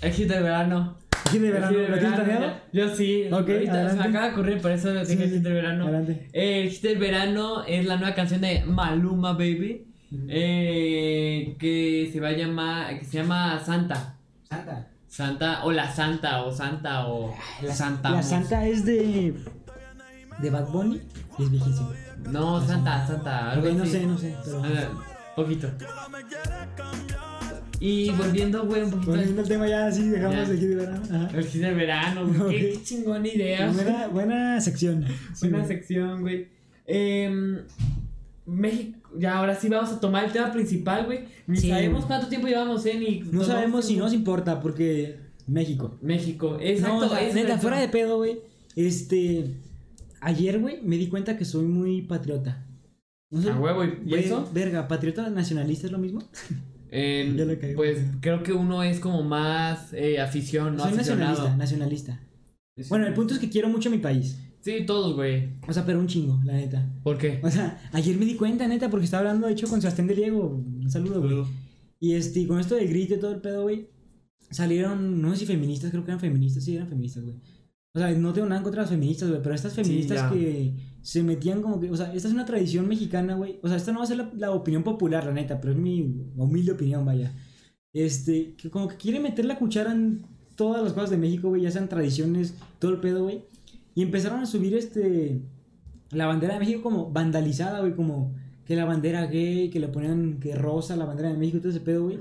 Speaker 2: El hit de verano.
Speaker 1: ¿Quién de verano?
Speaker 2: El hit
Speaker 1: ¿Lo tienes planeado?
Speaker 2: ya. Yo sí.
Speaker 1: Ok,
Speaker 2: Ahorita se me
Speaker 1: adelante.
Speaker 2: acaba de ocurrir, por eso lo
Speaker 1: Sí,
Speaker 2: dije el hit de
Speaker 1: sí.
Speaker 2: verano.
Speaker 1: Adelante.
Speaker 2: El hit del verano es la nueva canción de Maluma Baby. eh, que se va a llamar. Que se llama Santa.
Speaker 1: Santa.
Speaker 2: Santa. O la Santa. O Santa. O
Speaker 1: La
Speaker 2: Santa.
Speaker 1: Santa. La
Speaker 2: Mos.
Speaker 1: Santa es de. de Bad Bunny y es viejísimo.
Speaker 2: No, Santa, Santa. algo
Speaker 1: Ok, no
Speaker 2: así.
Speaker 1: sé, no sé, pero-
Speaker 2: A ver, Poquito. Y volviendo, güey, un poquito. al-
Speaker 1: Volviendo al tema ya así, dejamos
Speaker 2: Ya.
Speaker 1: el hit de verano. Ajá.
Speaker 2: El hit de verano, güey,
Speaker 1: Ok.
Speaker 2: Qué chingona idea.
Speaker 1: Buena, buena sección. Sí,
Speaker 2: Buena
Speaker 1: güey.
Speaker 2: sección, güey. Em, México, ya ahora sí vamos a tomar el tema principal, güey. Ni
Speaker 1: Sí,
Speaker 2: sabemos
Speaker 1: güey.
Speaker 2: cuánto tiempo llevamos, ¿eh? Ni
Speaker 1: No
Speaker 2: tomamos-
Speaker 1: sabemos si nos importa porque México.
Speaker 2: México,
Speaker 1: No,
Speaker 2: exacto.
Speaker 1: o sea,
Speaker 2: es
Speaker 1: neta,
Speaker 2: nuestro-
Speaker 1: fuera de pedo, güey. Este. Ayer, güey, me di cuenta que soy muy patriota. No sé,
Speaker 2: A huevo, Ah, ¿y
Speaker 1: güey,
Speaker 2: eso?
Speaker 1: Verga, patriota nacionalista es lo mismo.
Speaker 2: Em,
Speaker 1: Ya le caigo.
Speaker 2: pues creo que uno es como más eh, afición, ¿no?
Speaker 1: soy
Speaker 2: Aficionado.
Speaker 1: nacionalista, nacionalista. Bueno, el punto es que quiero mucho mi país.
Speaker 2: Sí, todos, güey.
Speaker 1: O sea, pero un chingo, la neta.
Speaker 2: ¿Por qué?
Speaker 1: O sea, ayer me di cuenta, neta, porque estaba hablando, de hecho, con Sebastián de Diego. Un saludo, güey. Y este, y con esto del grito y todo el pedo, güey, salieron, no sé si feministas, creo que eran feministas, sí eran feministas, güey. O sea, no tengo nada en contra de las feministas, güey, pero estas feministas
Speaker 2: ya.
Speaker 1: que se metían como que, o sea, esta es una tradición mexicana, güey. O sea, esta no va a ser la, la opinión popular, la neta, pero es mi humilde opinión, vaya. Este, que como que quiere meter la cuchara en todas las cosas de México, güey, ya sean tradiciones, todo el pedo, güey. Y empezaron a subir este la bandera de México como vandalizada, güey, como que la bandera gay, que le ponían que rosa la bandera de México y todo ese pedo, güey.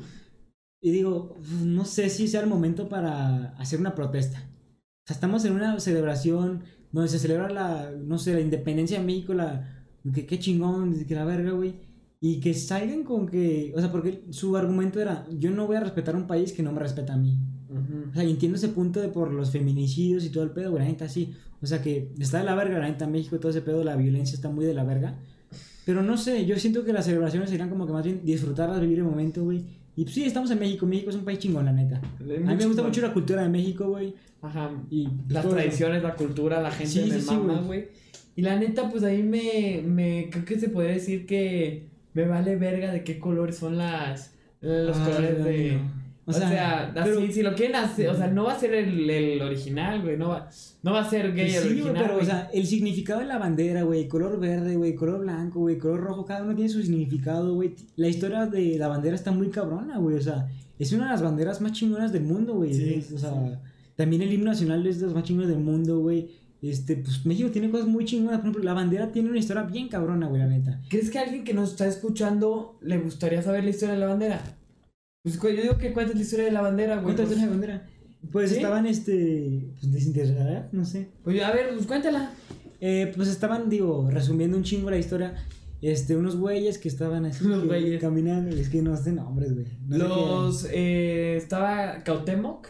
Speaker 1: Y digo, uf, no sé si sea el momento para hacer una protesta. O sea, estamos en una celebración donde se celebra la, no sé, la independencia de México, la, que qué chingón, que la verga, güey. Y que salgan con que, o sea, porque su argumento era, yo no voy a respetar un país que no me respeta a mí. O sea, y entiendo ese punto de por los feminicidios y todo el pedo, güey, la neta sí. O sea, que está de la verga, la neta, México, todo ese pedo, la violencia está muy de la verga. Pero no sé, yo siento que las celebraciones serían como que más bien disfrutarlas, vivir el momento, güey. Y pues, sí, estamos en México, México es un país chingón, la neta. A
Speaker 2: A
Speaker 1: mí me gusta mucho la cultura de México, güey.
Speaker 2: Ajá.
Speaker 1: Y pues,
Speaker 2: las
Speaker 1: todo eso.
Speaker 2: tradiciones, la cultura, la gente
Speaker 1: Sí,
Speaker 2: me
Speaker 1: sí, sí,
Speaker 2: mama,
Speaker 1: güey.
Speaker 2: güey. Y la neta, pues ahí me, me creo que se podría decir que me vale verga de qué color son las los
Speaker 1: Ah,
Speaker 2: colores
Speaker 1: Dios
Speaker 2: de
Speaker 1: mío.
Speaker 2: o sea, así
Speaker 1: pero-
Speaker 2: si lo quieren hacer, o sea, no va a ser el, el original, güey, no va no va a ser gay
Speaker 1: Pues
Speaker 2: el
Speaker 1: sí, güey,
Speaker 2: original.
Speaker 1: pero, o
Speaker 2: güey.
Speaker 1: sea, el significado de la bandera, güey, el color verde, güey, el color blanco, güey, el color rojo, cada uno tiene su significado, güey. La historia de la bandera está muy cabrona, güey, o sea, es una de las banderas más chingonas del mundo, güey.
Speaker 2: Sí,
Speaker 1: es- o sea,
Speaker 2: sí.
Speaker 1: también el himno nacional es de los más chingones del mundo, güey. Este, pues México tiene cosas muy chingonas, por ejemplo, la bandera tiene una historia bien cabrona, güey, la neta.
Speaker 2: ¿Crees que a alguien que nos está escuchando le gustaría saber la historia de la bandera? Pues güey, yo digo que cuentes la historia de la bandera, güey.
Speaker 1: ¿Cuánto es
Speaker 2: Pues,
Speaker 1: la bandera? Pues
Speaker 2: ¿Sí?
Speaker 1: estaban, este, pues desinteresada, no sé.
Speaker 2: pues, a ver, pues cuéntala.
Speaker 1: Eh, pues estaban, digo, resumiendo un chingo la historia. este, unos güeyes que estaban así
Speaker 2: Unos
Speaker 1: que-
Speaker 2: güeyes.
Speaker 1: caminando. Es que no sé nombres, güey. No sé
Speaker 2: Los. eh, estaba Cautemoc.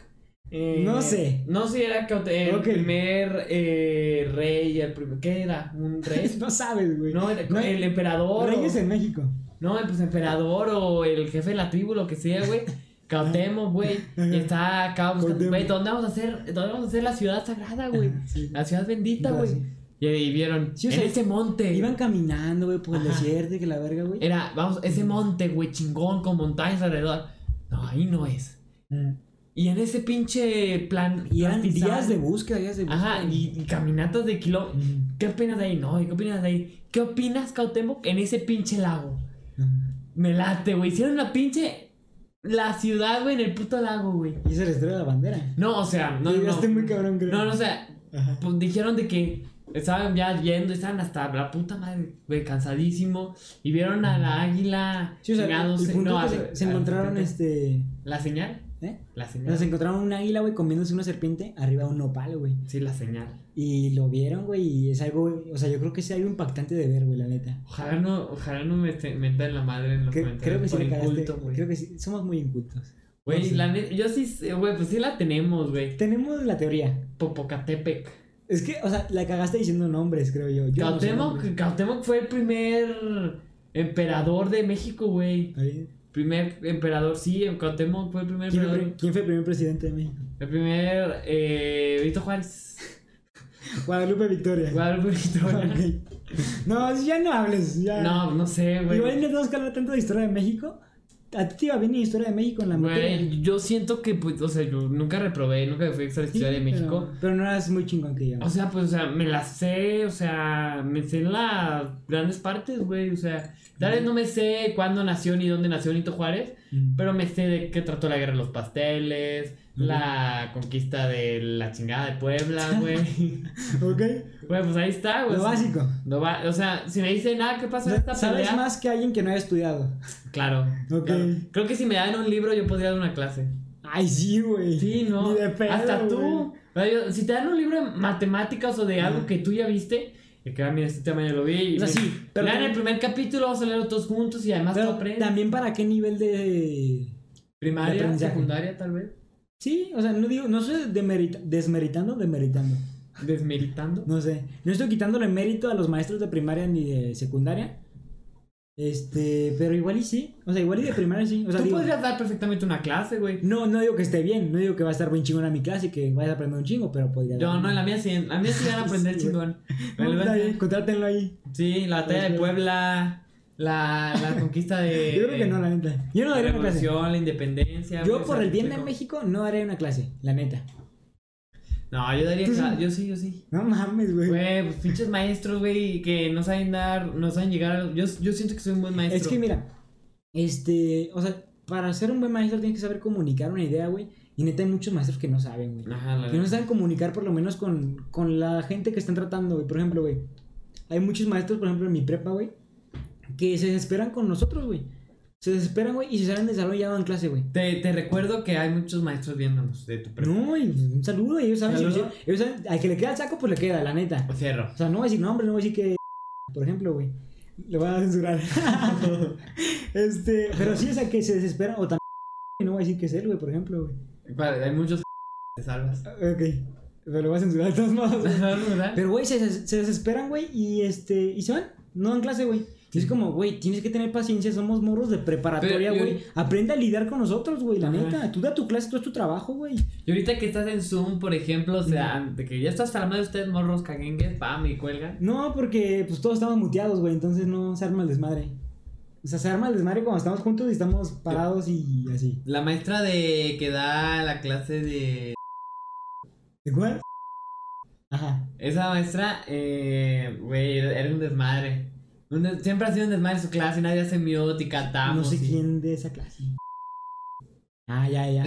Speaker 2: eh,
Speaker 1: No sé.
Speaker 2: No sé, era Caute- el
Speaker 1: Ok.
Speaker 2: primer eh, rey. El primer, ¿Qué era? ¿Un
Speaker 1: qué- <laughs>
Speaker 2: rey?
Speaker 1: no sabes, güey.
Speaker 2: No, era-
Speaker 1: No hay-
Speaker 2: el emperador. o-
Speaker 1: Reyes en México.
Speaker 2: No, pues emperador o el jefe de la tribu, lo que sea, güey. Cautemo, güey. Y está acá buscando,
Speaker 1: Cuauhtémoc.
Speaker 2: güey, ¿dónde vamos a hacer? ¿Dónde vamos a hacer la ciudad sagrada, Ah, güey?
Speaker 1: Sí.
Speaker 2: La ciudad bendita,
Speaker 1: Ahora
Speaker 2: güey.
Speaker 1: sí.
Speaker 2: Y, y vieron,
Speaker 1: Sí, o
Speaker 2: en
Speaker 1: sea,
Speaker 2: ese monte.
Speaker 1: Iban caminando, güey, por el
Speaker 2: Ajá. Eh,
Speaker 1: desierto y que la verga, güey.
Speaker 2: Era, vamos, ese monte, güey, chingón, con montañas alrededor. No, ahí no es. Y en ese pinche plan.
Speaker 1: Y eran
Speaker 2: pastizal.
Speaker 1: días de búsqueda, días de búsqueda.
Speaker 2: Ajá, y, y caminatas de kilómetros.
Speaker 1: Mm.
Speaker 2: ¿Qué opinas de ahí? No, ¿y ¿qué opinas de ahí? ¿Qué opinas, Cautemoc, en ese pinche lago? Me late, güey. Hicieron la pinche. La ciudad, güey, en el puto lago, güey.
Speaker 1: Y esa es la historia de la bandera.
Speaker 2: No, o sea, no, no.
Speaker 1: Llegaste muy cabrón, creo.
Speaker 2: No, no, o sea,
Speaker 1: Ajá.
Speaker 2: pues dijeron de que estaban ya yendo, estaban hasta la puta madre, güey, cansadísimo. Y vieron a la águila.
Speaker 1: Sí, o sea, el
Speaker 2: chingándose-
Speaker 1: punto es
Speaker 2: no, a-
Speaker 1: que se, se
Speaker 2: a-
Speaker 1: encontraron
Speaker 2: a-
Speaker 1: este.
Speaker 2: ¿La señal?
Speaker 1: ¿Eh?
Speaker 2: La
Speaker 1: O sea,
Speaker 2: señal.
Speaker 1: se encontraron un águila, güey, comiéndose una serpiente arriba de un nopal, güey.
Speaker 2: Sí, la señal.
Speaker 1: Y lo vieron, güey, y es algo, güey, o sea, yo creo que es algo impactante de ver, güey, la neta.
Speaker 2: Ojalá no, ojalá no me te- metan la madre en los
Speaker 1: Cre-
Speaker 2: comentarios.
Speaker 1: creo que sí
Speaker 2: por
Speaker 1: le cagaste.
Speaker 2: inculto, güey.
Speaker 1: creo que sí, somos muy incultos.
Speaker 2: Güey,
Speaker 1: no sé.
Speaker 2: la neta, yo sí, sé, güey, pues sí la tenemos, güey.
Speaker 1: Tenemos la teoría.
Speaker 2: Popocatépec.
Speaker 1: Es que, o sea, la cagaste diciendo nombres, creo yo. yo no sé
Speaker 2: Cautemoc,
Speaker 1: nombres.
Speaker 2: Cautemoc fue el primer emperador de México, güey.
Speaker 1: Está bien.
Speaker 2: Primer emperador, sí, Cautemoc fue el primer
Speaker 1: ¿Quién
Speaker 2: emperador.
Speaker 1: fue, quién fue el primer presidente de México?
Speaker 2: El primer, eh, Benito Juárez.
Speaker 1: Guadalupe Victoria.
Speaker 2: <laughs> Guadalupe Victoria.
Speaker 1: <laughs> Ok. No, ya no hables. Ya.
Speaker 2: No, no sé, güey.
Speaker 1: Igual no tenemos que hablar tanto de historia de México. A ti te iba bien la historia de México en la materia.
Speaker 2: Güey, yo siento que, pues, o sea, yo nunca reprobé, nunca fui a la
Speaker 1: Sí,
Speaker 2: Ciudad de
Speaker 1: pero-
Speaker 2: México.
Speaker 1: Pero, no eras muy chingón que yo.
Speaker 2: O sea, pues, o sea, me las sé, o sea, me sé las grandes partes, güey, o sea, tal vez no me sé cuándo nació ni dónde nació Benito Juárez,
Speaker 1: Mm.
Speaker 2: pero me sé de qué trató la guerra de los pasteles, la conquista de la chingada de Puebla, güey.
Speaker 1: <laughs> Ok.
Speaker 2: Güey, pues ahí está, güey.
Speaker 1: Lo básico.
Speaker 2: Lo va- o sea, si me dicen, ah, ¿qué pasó en esta
Speaker 1: Sabes
Speaker 2: pelea?
Speaker 1: más que alguien que no haya estudiado.
Speaker 2: Claro,
Speaker 1: Ok.
Speaker 2: claro. Creo que si me dan un libro yo podría dar una clase.
Speaker 1: Ay, sí, güey. <laughs>
Speaker 2: Sí, no.
Speaker 1: Ni de pedo,
Speaker 2: Hasta
Speaker 1: güey.
Speaker 2: tú. O sea, yo- si te dan un libro de matemáticas o de algo
Speaker 1: Ajá.
Speaker 2: que tú ya viste, y que, ah, mira, este tema ya lo vi.
Speaker 1: O
Speaker 2: Y
Speaker 1: sea,
Speaker 2: me-
Speaker 1: sí, pero,
Speaker 2: lean el
Speaker 1: también,
Speaker 2: primer capítulo, vamos a leerlo todos juntos y además
Speaker 1: pero
Speaker 2: tú aprendes.
Speaker 1: también para qué nivel de... de
Speaker 2: Primaria,
Speaker 1: aprendizaje.
Speaker 2: secundaria, tal vez.
Speaker 1: Sí, o sea, no digo, no estoy demerita- desmeritando, demeritando,
Speaker 2: Desmeritando.
Speaker 1: no sé. No estoy quitándole mérito a los maestros de primaria ni de secundaria. Este, pero igual y sí, o sea, igual y de primaria sí. <laughs> O sea,
Speaker 2: tú
Speaker 1: digo,
Speaker 2: podrías dar perfectamente una clase, güey.
Speaker 1: no, no digo que esté bien, no digo que va a estar bien chingón a mi clase y que vayas a aprender un chingo, pero podría...
Speaker 2: Yo
Speaker 1: dar-
Speaker 2: no, en la mía sí, en la mía sí van a aprender
Speaker 1: <laughs> Sí, güey.
Speaker 2: chingón. Me
Speaker 1: No, <laughs>
Speaker 2: lo
Speaker 1: está
Speaker 2: van a-
Speaker 1: bien, contrátenlo ahí.
Speaker 2: Sí, la batalla de Puebla, la, la conquista de.
Speaker 1: <laughs> Yo creo que no, la neta. Yo no
Speaker 2: la
Speaker 1: daría una clase.
Speaker 2: revolución, la independencia. pues, güey,
Speaker 1: Yo
Speaker 2: o
Speaker 1: por
Speaker 2: sea,
Speaker 1: el bien de
Speaker 2: explico.
Speaker 1: México no daría una clase, la neta.
Speaker 2: No, yo daría.
Speaker 1: Tú sí.
Speaker 2: cla- Yo sí, yo sí.
Speaker 1: No mames, güey.
Speaker 2: Güey, pues pinches maestros, güey, que no saben dar, no saben llegar. a- Yo, yo siento que soy un buen maestro.
Speaker 1: Es que mira, este, o sea, para ser un buen maestro tienes que saber comunicar una idea, güey. Y neta hay muchos maestros que no saben, güey.
Speaker 2: Ajá, la
Speaker 1: Que no saben comunicar por lo menos con, con la gente que están tratando, güey. Por ejemplo, güey. Hay muchos maestros, por ejemplo, en mi prepa, güey. Que se desesperan con nosotros, güey. Se desesperan, güey, y se salen del salón y ya no dan clase, güey.
Speaker 2: Te, te recuerdo que hay muchos maestros viéndonos de tu prepa.
Speaker 1: No, y un saludo, y ellos saben, si-
Speaker 2: Saludo.
Speaker 1: ellos saben, al que le queda el saco, pues le queda, la neta.
Speaker 2: Fierro.
Speaker 1: O sea, no voy a decir nombre, no voy a decir que. Por ejemplo, güey. Lo van a censurar. <laughs> este. Pero sí, o sea, que se desesperan. O también. No voy a decir que es él, güey, por ejemplo, güey.
Speaker 2: Vale, Hay muchos <laughs>
Speaker 1: <laughs>
Speaker 2: te salvas.
Speaker 1: Ok. Pero lo voy a censurar de todos modos. güey.
Speaker 2: ¿Verdad?
Speaker 1: Pero, güey, se, des- se desesperan, güey. Y este. Y se van. No dan clase, güey. Y Es como, güey, tienes que tener paciencia. Somos morros de preparatoria,
Speaker 2: Pero,
Speaker 1: güey. Aprende a lidiar con nosotros, güey, la
Speaker 2: Ajá.
Speaker 1: neta. Tú da tu clase, tú es tu trabajo, güey.
Speaker 2: Y ahorita que estás en Zoom, por ejemplo, o sea, de que ya estás hasta la madre de ustedes, morros, caguengues, pam, y cuelgan.
Speaker 1: No, porque pues todos estamos muteados, güey, entonces no se arma el desmadre. O sea, se arma el desmadre cuando estamos juntos y estamos parados y así.
Speaker 2: La maestra de que da la clase de.
Speaker 1: ¿De cuál? Ajá.
Speaker 2: Esa maestra, eh, güey, era un desmadre. Un des- Siempre ha sido un desmadre su clase, nadie hace miótica,
Speaker 1: no
Speaker 2: tamos.
Speaker 1: sé
Speaker 2: y-
Speaker 1: quién de esa clase. Ah, ya,
Speaker 2: <laughs>
Speaker 1: ya.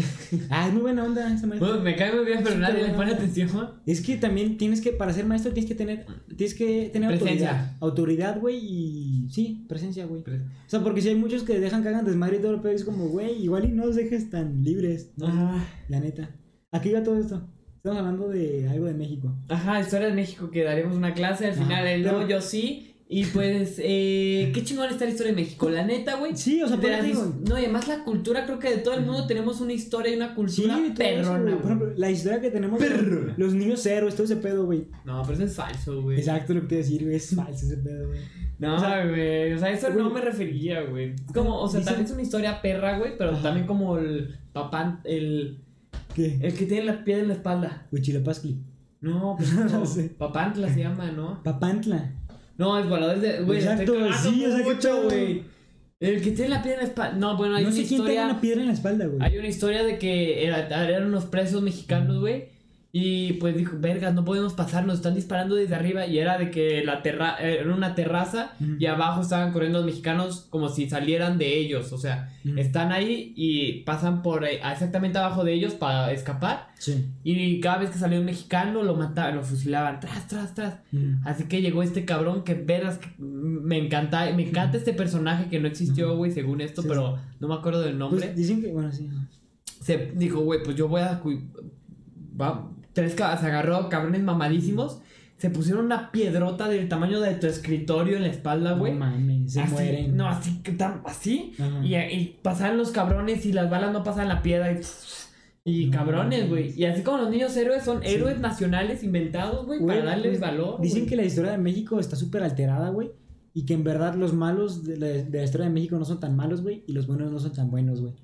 Speaker 1: ah, es muy buena onda esa maestra.
Speaker 2: Bueno, me cae muy bien, pero
Speaker 1: Sí,
Speaker 2: nadie
Speaker 1: pero
Speaker 2: le
Speaker 1: no,
Speaker 2: pone
Speaker 1: no.
Speaker 2: atención.
Speaker 1: Es que también tienes que, para ser maestro, tienes que tener, tienes que tener
Speaker 2: Presencia.
Speaker 1: autoridad. Autoridad, güey, y sí, presencia, güey. O sea, porque si hay muchos que dejan que hagan desmadre y todo lo peor, es como, güey, igual y no los dejes tan libres, ¿no?
Speaker 2: Ajá.
Speaker 1: La neta. Aquí va todo esto. Estamos hablando de algo de México.
Speaker 2: Ajá, historia de México que daremos una clase al
Speaker 1: Ajá,
Speaker 2: final. el no,
Speaker 1: pero-
Speaker 2: yo sí. Y pues, eh, qué chingón está la historia de México. La neta, güey.
Speaker 1: Sí, o sea,
Speaker 2: de
Speaker 1: por eso
Speaker 2: las
Speaker 1: digo,
Speaker 2: his- No, y además la cultura, creo que de todo el mundo tenemos una historia y una cultura
Speaker 1: todo eso,
Speaker 2: perrona,
Speaker 1: güey.
Speaker 2: güey.
Speaker 1: Por ejemplo, la historia que tenemos.
Speaker 2: Perrona.
Speaker 1: Los niños héroes, todo ese pedo, güey.
Speaker 2: No, pero eso es falso, güey.
Speaker 1: Exacto lo que te iba a decir, güey. Es falso ese pedo, güey.
Speaker 2: No,
Speaker 1: O sea,
Speaker 2: güey. O sea, eso
Speaker 1: güey.
Speaker 2: no me refería, güey. Como, o sea,
Speaker 1: Dice-
Speaker 2: también es una historia perra, güey, pero
Speaker 1: Ajá.
Speaker 2: también como el papá, el,
Speaker 1: ¿Qué?
Speaker 2: el que tiene la piedra en la espalda.
Speaker 1: Huichilopascli.
Speaker 2: No,
Speaker 1: <laughs>
Speaker 2: pues no.
Speaker 1: No sé.
Speaker 2: Papantla se llama, ¿no?
Speaker 1: Papantla.
Speaker 2: No, el volador de. Güey, la
Speaker 1: Exacto,
Speaker 2: estoy cagando
Speaker 1: sí, o sea, qué
Speaker 2: mucho,
Speaker 1: pedo.
Speaker 2: güey. El que tiene la piedra en la espalda. No, bueno, hay
Speaker 1: No
Speaker 2: una
Speaker 1: sé quién
Speaker 2: historia.
Speaker 1: tenga una piedra en la espalda, güey.
Speaker 2: Hay una historia de que era- eran unos presos mexicanos, güey. Y pues dijo, vergas, no podemos pasar, nos están disparando desde arriba. Y era de que la terra eh, era una terraza
Speaker 1: Ujú.
Speaker 2: y abajo estaban corriendo los mexicanos como si salieran de ellos. O sea,
Speaker 1: Mm,
Speaker 2: están ahí y pasan por eh, exactamente abajo de ellos para escapar.
Speaker 1: Sí.
Speaker 2: Y cada vez que salía un mexicano lo mataban, lo fusilaban, tras, tras, tras.
Speaker 1: Mm.
Speaker 2: Así que llegó este cabrón que vergas, que me encanta, me encanta este personaje que no existió, güey, según esto,
Speaker 1: Sí,
Speaker 2: pero no me acuerdo del nombre
Speaker 1: Pues dicen que, bueno, sí.
Speaker 2: se dijo, güey, pues yo voy a. cu- Va, tres cabras, se agarró cabrones mamadísimos. Se pusieron una piedrota del tamaño de tu escritorio en la espalda, Ah, güey.
Speaker 1: No mames, se
Speaker 2: Así,
Speaker 1: mueren.
Speaker 2: No, así, que tan- así.
Speaker 1: Ajá.
Speaker 2: Y, y pasaban los cabrones y las balas no pasaban la piedra. Y, y
Speaker 1: No
Speaker 2: cabrones,
Speaker 1: mames.
Speaker 2: güey. Y así como los niños héroes son
Speaker 1: Sí.
Speaker 2: héroes nacionales inventados, güey,
Speaker 1: Güey,
Speaker 2: para darles
Speaker 1: pues,
Speaker 2: valor.
Speaker 1: Dicen
Speaker 2: güey.
Speaker 1: que la historia de México está súper alterada, güey. Y que en verdad los malos de la, de la historia de México no son tan malos, güey. Y los buenos no son tan buenos, güey.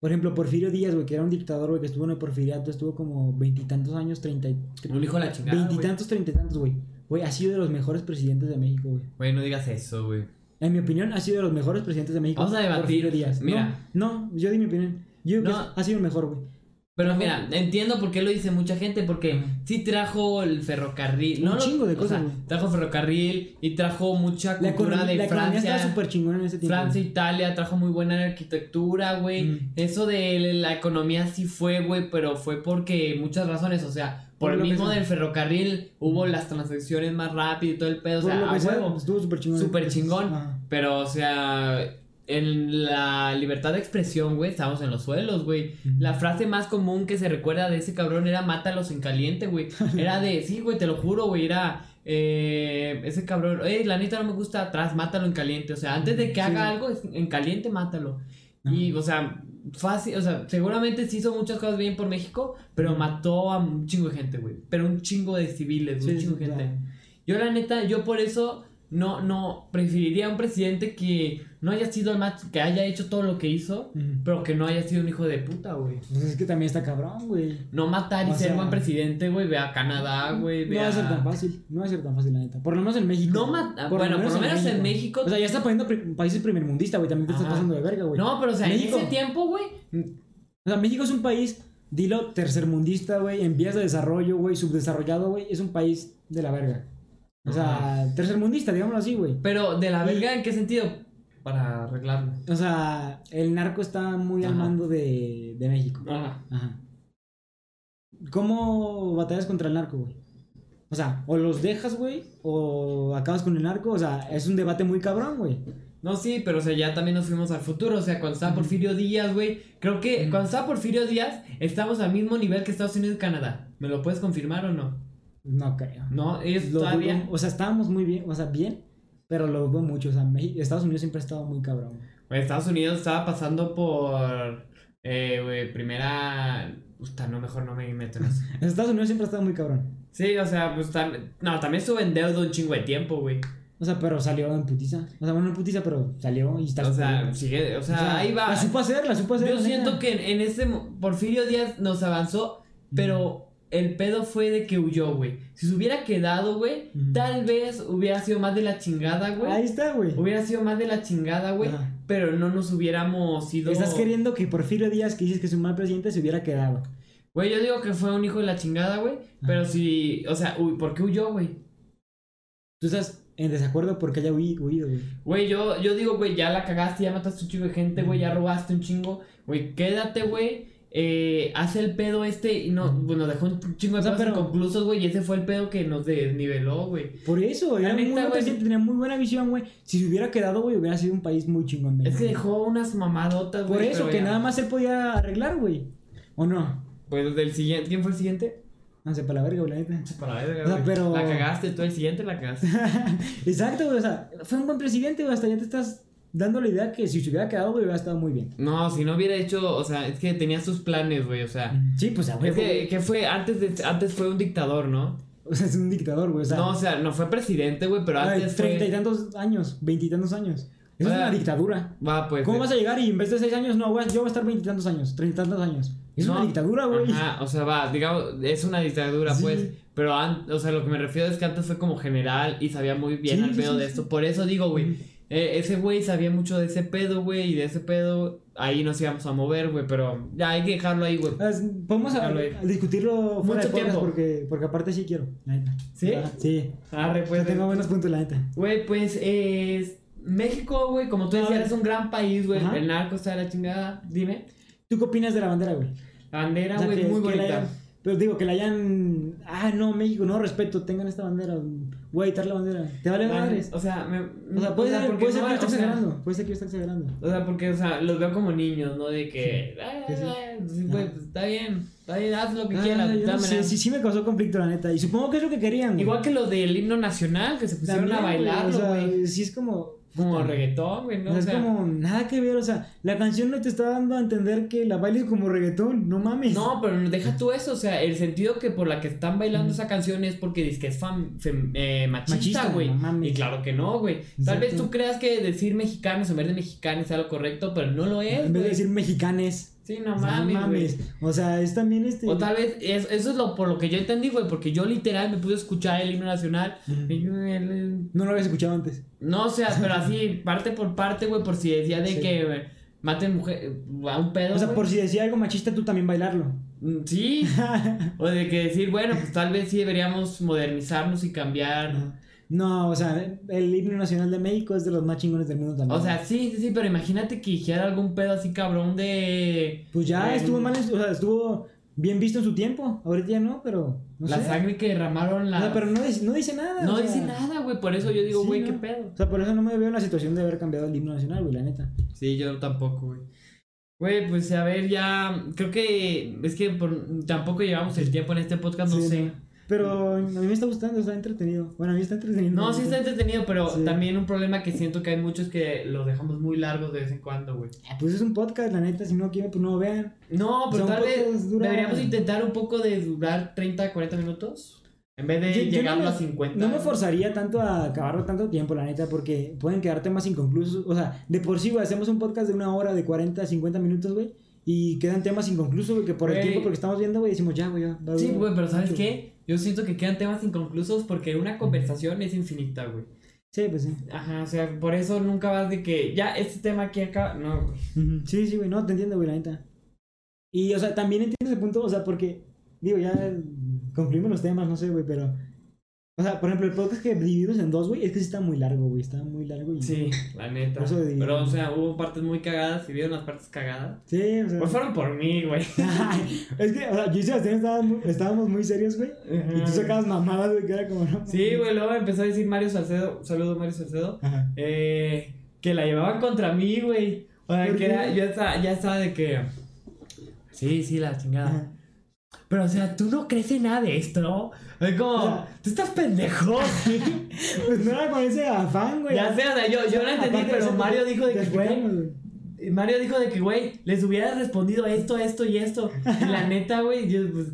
Speaker 1: Por ejemplo, Porfirio Díaz, güey, que era un dictador, güey, que estuvo en el porfiriato, estuvo como veintitantos años, treinta y...
Speaker 2: Un hijo de la chingada. güey.
Speaker 1: Veintitantos, treinta y tantos, güey. Güey, ha sido de los mejores presidentes de México, güey.
Speaker 2: Güey, no digas eso, güey.
Speaker 1: En mi opinión, ha sido de los mejores presidentes de México.
Speaker 2: Vamos a debatir.
Speaker 1: Porfirio Díaz. No,
Speaker 2: Mira.
Speaker 1: No, yo di mi opinión. Yo digo
Speaker 2: No.
Speaker 1: que ha sido el mejor, güey.
Speaker 2: Pero mira, entiendo por qué lo dice mucha gente, porque
Speaker 1: Ajá.
Speaker 2: sí trajo el ferrocarril.
Speaker 1: Un
Speaker 2: no, no,
Speaker 1: chingo de
Speaker 2: o
Speaker 1: cosas,
Speaker 2: sea,
Speaker 1: güey.
Speaker 2: trajo ferrocarril y trajo mucha
Speaker 1: La
Speaker 2: cultura
Speaker 1: economía, la
Speaker 2: de
Speaker 1: economía estaba
Speaker 2: Francia.
Speaker 1: súper chingona en ese tiempo.
Speaker 2: Francia,
Speaker 1: güey.
Speaker 2: Italia, trajo muy buena arquitectura, güey.
Speaker 1: Mm.
Speaker 2: Eso de la economía sí fue, güey, pero fue porque muchas razones, o sea, por,
Speaker 1: Por
Speaker 2: el
Speaker 1: lo que
Speaker 2: mismo
Speaker 1: sea. Mm.
Speaker 2: del ferrocarril hubo las transacciones más rápido y todo el pedo, o
Speaker 1: Por
Speaker 2: sea,
Speaker 1: lo
Speaker 2: a
Speaker 1: que sea,
Speaker 2: huevo.
Speaker 1: estuvo súper chingón.
Speaker 2: Súper chingón.
Speaker 1: Ajá.
Speaker 2: Pero, o sea, en la libertad de expresión, güey, estamos en los suelos, güey. La frase más común que se recuerda de ese cabrón era mátalos en caliente,
Speaker 1: <laughs>
Speaker 2: güey. Era de, sí, güey, te lo juro, güey, era... eh, ese cabrón, eh, la neta no me gusta atrás, mátalo en caliente. O sea, antes de que
Speaker 1: Sí.
Speaker 2: haga algo, es- en caliente, mátalo. Y, o sea, fácil, o sea, seguramente sí hizo muchas cosas bien por México, pero
Speaker 1: Ujú.
Speaker 2: mató a un chingo de gente, güey. Pero un chingo de civiles, güey,
Speaker 1: Sí,
Speaker 2: un
Speaker 1: sí,
Speaker 2: chingo de
Speaker 1: o sea,
Speaker 2: gente. Yo la neta, yo por eso no, no, preferiría un presidente que no haya sido el más, que haya hecho todo lo que hizo,
Speaker 1: ujú.
Speaker 2: pero que no haya sido un hijo de puta, güey.
Speaker 1: Pues es que también está cabrón, güey.
Speaker 2: No matar y
Speaker 1: O
Speaker 2: ser
Speaker 1: sea,
Speaker 2: buen presidente, güey, ve a Canadá, Ah, güey, ve
Speaker 1: No va a ser tan
Speaker 2: a...
Speaker 1: fácil. No va a ser tan fácil, la neta. Por lo menos en México.
Speaker 2: No
Speaker 1: güey.
Speaker 2: mata- bueno, por lo menos en México-
Speaker 1: O sea, ya está poniendo pri- países primermundistas, güey. También te estás
Speaker 2: Ajá.
Speaker 1: pasando de verga, güey.
Speaker 2: No, pero o sea,
Speaker 1: México.
Speaker 2: en ese tiempo, güey,
Speaker 1: O sea, México es un país, dilo, tercermundista, güey. En vías de desarrollo, güey. Subdesarrollado, güey. Es un país de la verga. O sea, tercermundista, digámoslo así, güey.
Speaker 2: pero de la verga, ¿en qué sentido? Para arreglarlo.
Speaker 1: O sea, el narco está muy al
Speaker 2: Ajá.
Speaker 1: mando de, de México.
Speaker 2: Ajá.
Speaker 1: Ajá. ¿Cómo batallas contra el narco, güey? O sea, o los dejas, güey, o acabas con el narco. O sea, es un debate muy cabrón, güey.
Speaker 2: No, sí, pero o sea, ya también nos fuimos al futuro. O sea, cuando estaba
Speaker 1: Ujú.
Speaker 2: Porfirio Díaz, güey. Creo que
Speaker 1: Ujú.
Speaker 2: cuando estaba Porfirio Díaz, estamos al mismo nivel que Estados Unidos y Canadá. ¿Me lo puedes confirmar o no?
Speaker 1: No creo.
Speaker 2: No, ellos
Speaker 1: Lo
Speaker 2: todavía.
Speaker 1: dudo. o sea, estábamos muy bien, o sea, bien, pero lo dudo mucho. O sea, Meji- Estados Unidos siempre ha estado muy cabrón. güey.
Speaker 2: Güey, Estados Unidos estaba pasando por. Eh, güey, primera. Puta, no, mejor no me meto en eso.
Speaker 1: Estados Unidos siempre ha estado muy cabrón.
Speaker 2: Sí, o sea, pues tam- No, también estuve en deuda un chingo de tiempo, güey.
Speaker 1: O sea, pero salió en putiza. O sea, bueno, en putiza, pero salió y está
Speaker 2: O sea,
Speaker 1: súper bien.
Speaker 2: sigue. O
Speaker 1: O sea,
Speaker 2: sea, ahí va.
Speaker 1: La supo hacer, la supo hacer.
Speaker 2: Yo
Speaker 1: la neta.
Speaker 2: siento que en, en ese mo- Porfirio Díaz nos avanzó, pero el pedo fue de que huyó, güey. Si se hubiera quedado, güey,
Speaker 1: Ujú.
Speaker 2: tal vez hubiera sido más de la chingada, güey.
Speaker 1: Ahí está, güey.
Speaker 2: Hubiera sido más de la chingada, güey,
Speaker 1: Ajá.
Speaker 2: pero no nos hubiéramos ido.
Speaker 1: Estás queriendo que Porfirio Díaz, que dices que es un mal presidente, se hubiera quedado.
Speaker 2: Güey, yo digo que fue un hijo de la chingada, güey, pero si, o sea, uy, ¿por qué huyó, güey?
Speaker 1: Tú estás en desacuerdo porque haya hui- huido, güey.
Speaker 2: Güey, yo, yo digo, güey, ya la cagaste, ya mataste un chingo de gente, güey, ya robaste un chingo. Güey, quédate, güey. Eh, hace el pedo este y no,
Speaker 1: Ujú.
Speaker 2: bueno, dejó un chingo de
Speaker 1: O sea,
Speaker 2: pedos
Speaker 1: pero-
Speaker 2: inconclusos, güey, y ese fue el pedo que nos desniveló, güey.
Speaker 1: Por eso,
Speaker 2: La
Speaker 1: era muy
Speaker 2: neta,
Speaker 1: buen
Speaker 2: güey.
Speaker 1: presidente, tenía muy buena visión, güey. Si se hubiera quedado, güey, hubiera sido un país muy chingón. güey.
Speaker 2: Es que dejó unas mamadotas, güey.
Speaker 1: Por eso,
Speaker 2: pero
Speaker 1: que
Speaker 2: ya.
Speaker 1: nada más él podía arreglar, güey. ¿O no?
Speaker 2: Pues del siguiente, ¿quién fue el siguiente?
Speaker 1: No sé, para la verga, güey, la neta.
Speaker 2: Para la verga,
Speaker 1: O sea,
Speaker 2: güey.
Speaker 1: pero-
Speaker 2: La cagaste, tú el siguiente la
Speaker 1: <laughs>
Speaker 2: cagaste.
Speaker 1: Exacto, güey. O sea, fue un buen presidente, güey. Hasta ya te estás dando la idea que si se hubiera quedado, güey, hubiera estado muy bien.
Speaker 2: No, si no hubiera hecho, o sea, es que tenía sus planes, güey, o sea.
Speaker 1: Sí, pues a
Speaker 2: Es
Speaker 1: huevo.
Speaker 2: que,
Speaker 1: güey.
Speaker 2: que fue, antes, de- antes fue un dictador, ¿no?
Speaker 1: O sea, es un dictador, güey. O sea,
Speaker 2: no, o sea, no fue presidente, güey, pero
Speaker 1: ay,
Speaker 2: antes
Speaker 1: treinta y
Speaker 2: fue...
Speaker 1: tantos años, veintitantos años. Eso
Speaker 2: O
Speaker 1: es
Speaker 2: sea,
Speaker 1: una dictadura.
Speaker 2: Va, pues...
Speaker 1: ¿Cómo
Speaker 2: eh,
Speaker 1: vas a llegar y en vez de seis años, no, güey, yo voy a estar veintitantos años, treinta y tantos años? Es
Speaker 2: no,
Speaker 1: una dictadura, güey.
Speaker 2: Ajá, o sea, va, digamos, es una dictadura,
Speaker 1: Sí.
Speaker 2: pues. Pero, an- o sea, lo que me refiero es que antes fue como general y sabía muy bien
Speaker 1: Sí,
Speaker 2: al
Speaker 1: sí,
Speaker 2: pedo
Speaker 1: sí,
Speaker 2: de
Speaker 1: sí.
Speaker 2: esto. Por eso digo, güey,
Speaker 1: <laughs>
Speaker 2: eh, ese güey sabía mucho de ese pedo, güey, y de ese pedo ahí nos íbamos a mover, güey, pero ya hay que dejarlo ahí, güey.
Speaker 1: Es- Podemos a-
Speaker 2: Déjalo ahí.
Speaker 1: a discutirlo fuera
Speaker 2: Mucho
Speaker 1: de podcast
Speaker 2: tiempo.
Speaker 1: porque, porque aparte sí quiero, la neta.
Speaker 2: ¿Sí?
Speaker 1: Ah, Sí.
Speaker 2: Arre,
Speaker 1: Yo
Speaker 2: pues.
Speaker 1: tengo buenos puntos, la neta.
Speaker 2: Güey, pues, es... México, güey, como tú
Speaker 1: A
Speaker 2: decías,
Speaker 1: ver.
Speaker 2: es un gran país, güey.
Speaker 1: Ajá.
Speaker 2: El narco está de la chingada. Dime.
Speaker 1: ¿Tú qué opinas de la bandera, güey?
Speaker 2: La bandera,
Speaker 1: O sea,
Speaker 2: güey,
Speaker 1: que-
Speaker 2: muy
Speaker 1: que la
Speaker 2: bonita.
Speaker 1: hayan- pero digo, que la hayan. Ah, no, México, no, respeto, tengan esta bandera. Voy a editar la bandera. ¿Te vale
Speaker 2: Vale,
Speaker 1: madres?
Speaker 2: O sea, me,
Speaker 1: O sea, puede ser, puede ser
Speaker 2: porque no,
Speaker 1: que yo esté
Speaker 2: o sea,
Speaker 1: exagerando. Puede ser que yo esté exagerando.
Speaker 2: O sea, porque, o sea, los veo como niños, ¿no? De que, "Ah, "Ay,
Speaker 1: Sí, sí.
Speaker 2: ay, sí, güey,
Speaker 1: Ajá.
Speaker 2: pues, está bien, está bien, haz lo que
Speaker 1: Ah,
Speaker 2: quieras. de
Speaker 1: yo no
Speaker 2: todas
Speaker 1: sé,
Speaker 2: maneras".
Speaker 1: sí, sí me causó conflicto, la neta. Y supongo que es lo que querían. güey.
Speaker 2: Igual que los del himno nacional, que se pusieron
Speaker 1: También,
Speaker 2: a
Speaker 1: güey,
Speaker 2: bailarlo,
Speaker 1: O
Speaker 2: güey.
Speaker 1: sea, sí es como.
Speaker 2: como reggaetón,
Speaker 1: o
Speaker 2: güey, ¿no?
Speaker 1: sea,
Speaker 2: O
Speaker 1: es
Speaker 2: sea,
Speaker 1: como nada que ver, o sea, la canción no te está dando a entender que la bailes como reggaetón, no mames.
Speaker 2: No, pero deja tú eso, o sea, el sentido que por la que están bailando esa canción es porque dices que es fam- fem- eh, machista,
Speaker 1: Machista,
Speaker 2: güey.
Speaker 1: no mames.
Speaker 2: Y claro que no, güey. Tal
Speaker 1: Exacto.
Speaker 2: vez tú creas que decir mexicanos en vez de mexicanos sea lo correcto, pero no lo es,
Speaker 1: en vez de
Speaker 2: güey.
Speaker 1: decir mexicanes.
Speaker 2: Sí, no
Speaker 1: o sea,
Speaker 2: mames, güey.
Speaker 1: O sea, es también este.
Speaker 2: O tal vez, es- eso es lo, por lo que yo entendí, güey, porque yo literal me pude escuchar el himno nacional.
Speaker 1: Ujú.
Speaker 2: Y yo, el- el-
Speaker 1: No lo habías escuchado antes.
Speaker 2: No, o sea, pero así,
Speaker 1: <laughs>
Speaker 2: parte por parte, güey, por si decía de
Speaker 1: Sí.
Speaker 2: que güey, maten mujer a un pedo.
Speaker 1: O sea,
Speaker 2: güey.
Speaker 1: por si decía algo machista, tú también bailarlo.
Speaker 2: Mm,
Speaker 1: <laughs>
Speaker 2: Sí, o de que decir, bueno, pues tal vez sí deberíamos modernizarnos y cambiar.
Speaker 1: No, o sea, el himno nacional de México es de los más chingones del mundo también.
Speaker 2: O sea, sí, sí, sí, pero imagínate que dijera algún pedo así cabrón de
Speaker 1: pues ya
Speaker 2: eh,
Speaker 1: estuvo mal, en su- o sea, estuvo bien visto en su tiempo. Ahorita ya no, pero no
Speaker 2: la
Speaker 1: sé.
Speaker 2: sangre que derramaron
Speaker 1: O
Speaker 2: la.
Speaker 1: sea, pero no dice, no dice nada.
Speaker 2: no
Speaker 1: o sea,
Speaker 2: dice nada, güey, por eso yo digo,
Speaker 1: Sí,
Speaker 2: güey,
Speaker 1: no.
Speaker 2: qué pedo.
Speaker 1: O sea, por eso no me veo en la situación de haber cambiado el himno nacional, güey, la neta.
Speaker 2: Sí, yo tampoco, güey. Güey, pues a ver, ya. Creo que. Es que por- tampoco llevamos el tiempo en este podcast, no
Speaker 1: Sí,
Speaker 2: sé.
Speaker 1: no. Pero a mí me está gustando, está entretenido. Bueno, a mí está entretenido.
Speaker 2: No, sí está entretenido, pero
Speaker 1: Sí.
Speaker 2: también un problema que siento que hay muchos que lo dejamos muy largo de vez en cuando, güey.
Speaker 1: Ah, Pues es un podcast, la neta, si no quieren, pues no lo vean.
Speaker 2: No, pero
Speaker 1: O sea,
Speaker 2: tal
Speaker 1: un
Speaker 2: vez
Speaker 1: podcast dura-
Speaker 2: deberíamos intentar un poco de durar 30, 40 minutos. En vez de
Speaker 1: Yo- yo no
Speaker 2: llegarlo
Speaker 1: me-
Speaker 2: a 50.
Speaker 1: No me forzaría tanto a acabarlo tanto tiempo, la neta, porque pueden quedar temas inconclusos. O sea, de por sí, güey, hacemos un podcast de una hora, de 40, 50 minutos, güey, y quedan temas inconclusos, güey, que por el
Speaker 2: Güey.
Speaker 1: tiempo porque estamos viendo, güey, decimos ya, güey, ya. va a
Speaker 2: Sí,
Speaker 1: durar
Speaker 2: güey, pero ¿sabes
Speaker 1: mucho".
Speaker 2: qué? Yo siento que quedan temas inconclusos porque una conversación es infinita, güey.
Speaker 1: Sí, pues sí.
Speaker 2: Ajá, o sea, por eso nunca vas de que ya este tema aquí acaba. No, güey.
Speaker 1: Ujú. Sí, sí, güey, no, te entiendo, güey, la neta. Y, o sea, también entiendo ese punto, o sea, porque, digo, ya mm, concluimos los temas, no sé, güey, pero. O sea, por ejemplo, el podcast que dividimos en dos, güey, es que sí está muy largo, güey, está muy largo. Y...
Speaker 2: Sí, la neta.
Speaker 1: Por eso digo.
Speaker 2: Pero, o sea, hubo partes muy cagadas y vieron las partes cagadas.
Speaker 1: Sí, o sea. <laughs>
Speaker 2: Pues fueron por mí, güey.
Speaker 1: es que, o sea, yo y Sebastián estábamos, estábamos muy serios, güey. Y tú sacabas mamadas, güey, que era como, no.
Speaker 2: Ah, Sí, güey, luego empezó a decir Mario Salcedo, saludo Mario Salcedo,
Speaker 1: Ajá.
Speaker 2: eh, que la llevaban contra mí, güey. O sea,
Speaker 1: ¿Por
Speaker 2: que era,
Speaker 1: qué?
Speaker 2: yo estaba, ya estaba de que... Sí, sí, la chingada.
Speaker 1: Ajá.
Speaker 2: Pero, o sea, tú no crees en nada de esto, ¿no? Es como,
Speaker 1: Ajá.
Speaker 2: tú
Speaker 1: <laughs>
Speaker 2: estás pendejo.
Speaker 1: Pues no era con ese afán, güey.
Speaker 2: ya sé, o sea, yo,
Speaker 1: <laughs>
Speaker 2: yo no entendí,
Speaker 1: Aparte,
Speaker 2: pero
Speaker 1: ese-
Speaker 2: Mario dijo de
Speaker 1: te
Speaker 2: que, güey,
Speaker 1: explicamos, güey.
Speaker 2: Y Mario dijo de que, güey, les hubieras respondido esto, esto y esto. Y
Speaker 1: <laughs>
Speaker 2: la neta, güey, yo, pues.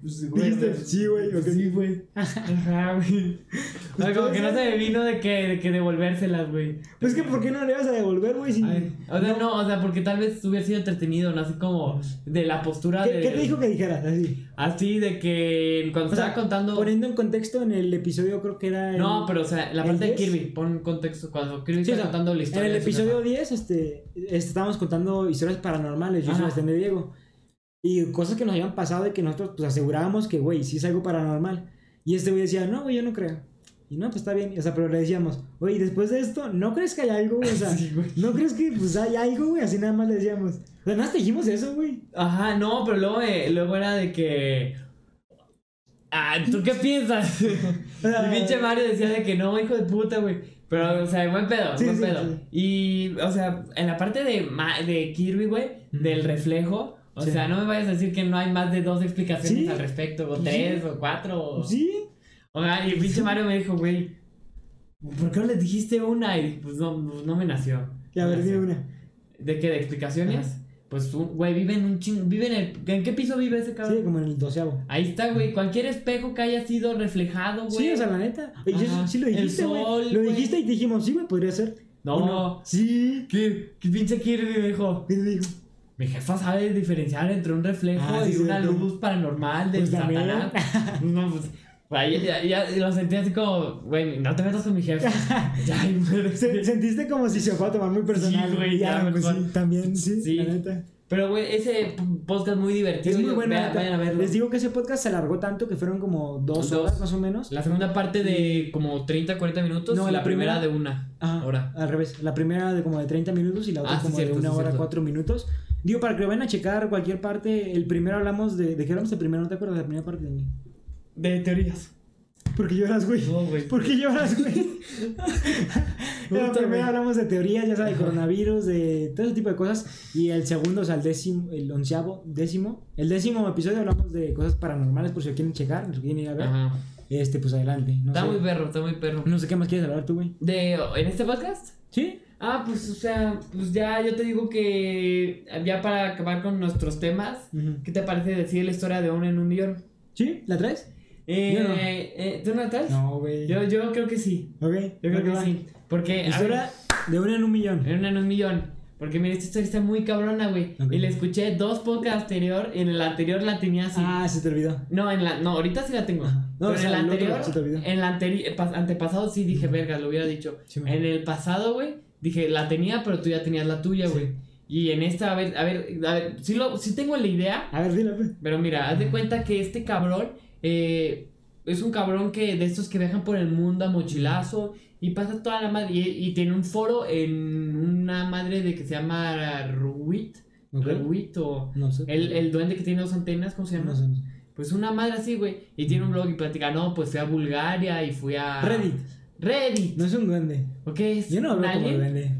Speaker 2: pues, güey,
Speaker 1: Dijiste,
Speaker 2: o sea,
Speaker 1: "Sí, güey", Pues, o que-
Speaker 2: Sí, güey. Ajá, güey. O sea, como que no se me vino de que, de que devolvérselas, güey.
Speaker 1: Pues es que, ¿por qué no le vas a devolver, güey? Si...
Speaker 2: Ay, o sea, no. o sea, porque tal vez hubiera sido entretenido, ¿no? Así como de la postura
Speaker 1: ¿Qué,
Speaker 2: de.
Speaker 1: qué te dijo que dijeras? Así.
Speaker 2: Así de que cuando
Speaker 1: O sea,
Speaker 2: estaba contando.
Speaker 1: Poniendo en contexto en el episodio, creo que era. el-
Speaker 2: No, pero o sea, la
Speaker 1: el
Speaker 2: parte de
Speaker 1: 10.
Speaker 2: Kirby, pon contexto. Cuando Kirby
Speaker 1: Sí, o
Speaker 2: está
Speaker 1: sea,
Speaker 2: contando la historia.
Speaker 1: En el
Speaker 2: de su
Speaker 1: episodio
Speaker 2: papá.
Speaker 1: 10, este, este, estábamos contando historias paranormales, yo
Speaker 2: Ajá.
Speaker 1: soy Sebastián de Diego. Y cosas que nos habían pasado y que nosotros pues, asegurábamos que, güey, sí es algo paranormal. Y este güey decía, no, güey, yo no creo. Y no, pues está bien. O sea, pero le decíamos, güey, después de esto, ¿no crees que hay algo, güey? O sea,
Speaker 2: <laughs> Sí, güey.
Speaker 1: ¿no crees que pues, hay algo, güey? Así nada más le decíamos. O sea, nada más te dijimos eso, güey.
Speaker 2: Ajá, no, pero luego, eh, luego era de que. Ah, ¿tú qué piensas? <laughs> El pinche Mario decía de que no, hijo de puta, güey. Pero, o sea, buen pedo,
Speaker 1: Sí,
Speaker 2: buen
Speaker 1: sí,
Speaker 2: pedo.
Speaker 1: sí.
Speaker 2: Y, o sea, en la parte de, Ma- de Kirby, güey, del
Speaker 1: Ujú.
Speaker 2: reflejo, O
Speaker 1: Sí.
Speaker 2: sea, no me vayas a decir que no hay más de dos explicaciones
Speaker 1: Sí.
Speaker 2: al respecto, o
Speaker 1: Sí.
Speaker 2: tres, o cuatro. O...
Speaker 1: Sí.
Speaker 2: O sea, y el pinche Mario me dijo, güey, ¿por qué no les dijiste una? Y dije, pues no, pues, no me nació.
Speaker 1: Y a
Speaker 2: No
Speaker 1: ver,
Speaker 2: me
Speaker 1: dime
Speaker 2: nació.
Speaker 1: una.
Speaker 2: ¿De qué? ¿De explicaciones? Pues, un- güey, vive en un chingo. Vive en el. ¿En qué piso vive ese cabrón?
Speaker 1: Sí, como en el doceavo.
Speaker 2: Ahí está, güey. Cualquier espejo que haya sido reflejado, güey.
Speaker 1: Sí, o sea, la neta. Oye, sí-
Speaker 2: Ajá.
Speaker 1: sí lo
Speaker 2: El
Speaker 1: dijiste, güey.
Speaker 2: sol,
Speaker 1: Lo
Speaker 2: güey.
Speaker 1: dijiste y te dijimos, sí, güey, podría ser.
Speaker 2: No.
Speaker 1: ¿O no? Sí.
Speaker 2: ¿Qué, ¿Qué pinche Kirby me dijo?
Speaker 1: ¿Qué te digo?
Speaker 2: Mi jefa sabe diferenciar entre un reflejo
Speaker 1: Ah, sí,
Speaker 2: y una
Speaker 1: cierto.
Speaker 2: luz paranormal del
Speaker 1: Pues también.
Speaker 2: Satanás.
Speaker 1: <laughs>
Speaker 2: No, pues. Güey, ya, ya- ya lo sentí así como, güey, no te metas con
Speaker 1: <laughs>
Speaker 2: mi jefa. ya, <laughs> ay, pero-
Speaker 1: Se- sentiste como si se fue a tomar muy personal.
Speaker 2: Sí, güey,
Speaker 1: Ya,
Speaker 2: ya,
Speaker 1: pues
Speaker 2: mejor.
Speaker 1: sí, también, sí,
Speaker 2: Sí.
Speaker 1: la neta.
Speaker 2: Pero, güey, ese p- podcast muy divertido.
Speaker 1: Es muy
Speaker 2: yo-
Speaker 1: bueno.
Speaker 2: vea-
Speaker 1: la neta.
Speaker 2: vayan a verlo.
Speaker 1: Les digo que ese podcast se alargó tanto que fueron como dos
Speaker 2: Dos.
Speaker 1: horas más o menos.
Speaker 2: La segunda parte de como 30, 40 minutos.
Speaker 1: No,
Speaker 2: y
Speaker 1: la
Speaker 2: la primera,
Speaker 1: primera-
Speaker 2: de una
Speaker 1: Ajá,
Speaker 2: hora.
Speaker 1: Al revés. La primera de como de 30 minutos y la otra
Speaker 2: Ah, sí,
Speaker 1: como
Speaker 2: cierto,
Speaker 1: de una
Speaker 2: sí,
Speaker 1: hora,
Speaker 2: cierto.
Speaker 1: cuatro minutos. Digo, para que lo vayan a checar cualquier parte. El primero hablamos de. ¿De qué hablamos el primero? ¿No te acuerdas de la primera parte de mí?
Speaker 2: De teorías.
Speaker 1: ¿Por qué lloras, güey?
Speaker 2: No, güey.
Speaker 1: <laughs> ¿Por qué lloras,
Speaker 2: <laughs>
Speaker 1: güey? En la
Speaker 2: Puta, güey.
Speaker 1: primera hablamos de teorías, ya sabes, de coronavirus, de todo ese tipo de cosas. Y el segundo, o sea, el décimo, el onceavo, décimo. El décimo episodio hablamos de cosas paranormales, por si lo quieren checar, si lo quieren ir a ver.
Speaker 2: Ajá.
Speaker 1: Este, pues adelante. No
Speaker 2: está
Speaker 1: sé,
Speaker 2: muy perro, está muy perro.
Speaker 1: no sé qué más quieres hablar tú, güey.
Speaker 2: De, ¿En este podcast?
Speaker 1: ¿Sí?
Speaker 2: Ah, pues, o sea, pues ya yo te digo que eh, ya para acabar con nuestros temas,
Speaker 1: Ujú.
Speaker 2: ¿qué te parece decir la historia de uno en un millón?
Speaker 1: ¿Sí? ¿La traes?
Speaker 2: Eh,
Speaker 1: Yo no.
Speaker 2: eh, ¿Tú no la traes?
Speaker 1: No, güey.
Speaker 2: Yo, yo creo que sí.
Speaker 1: Ok,
Speaker 2: Yo creo
Speaker 1: va que
Speaker 2: que
Speaker 1: va.
Speaker 2: sí. Porque a
Speaker 1: Historia de una en un millón.
Speaker 2: ver, en uno en un millón. Porque mira, esta historia está muy cabrona, güey.
Speaker 1: Ok.
Speaker 2: Y la escuché dos podcasts anterior. En el anterior la tenía así.
Speaker 1: Ah, se te olvidó.
Speaker 2: No, en la, no, ahorita sí la tengo.
Speaker 1: Ajá. No,
Speaker 2: Pero
Speaker 1: o sea,
Speaker 2: en la
Speaker 1: el otro
Speaker 2: anterior,
Speaker 1: se te olvidó.
Speaker 2: en la anteri- eh, pas- antepasado sí dije, verga, lo hubiera dicho.
Speaker 1: Sí, me-
Speaker 2: en el pasado, güey, dije, la tenía, pero tú ya tenías la tuya,
Speaker 1: Sí.
Speaker 2: güey. Y en esta, a ver, a ver, a ver, sí, lo, sí tengo la idea,
Speaker 1: A ver, dila, pues.
Speaker 2: pero mira, haz de cuenta que este cabrón eh, es un cabrón que de estos que viajan por el mundo a mochilazo y pasa toda la madre. Y, y tiene un foro en una madre de que se llama Ruit.
Speaker 1: Ok.
Speaker 2: Ruit o.
Speaker 1: No sé.
Speaker 2: El, el duende que tiene dos antenas, ¿cómo se llama?
Speaker 1: No sé, no sé.
Speaker 2: Pues una madre así, güey. Y tiene un blog y platica, no, pues fui a Bulgaria y fui a.
Speaker 1: Reddit.
Speaker 2: Reddit.
Speaker 1: No es un duende.
Speaker 2: ¿O qué es?
Speaker 1: Yo no
Speaker 2: ¿Un
Speaker 1: hablo como
Speaker 2: alien?
Speaker 1: duende.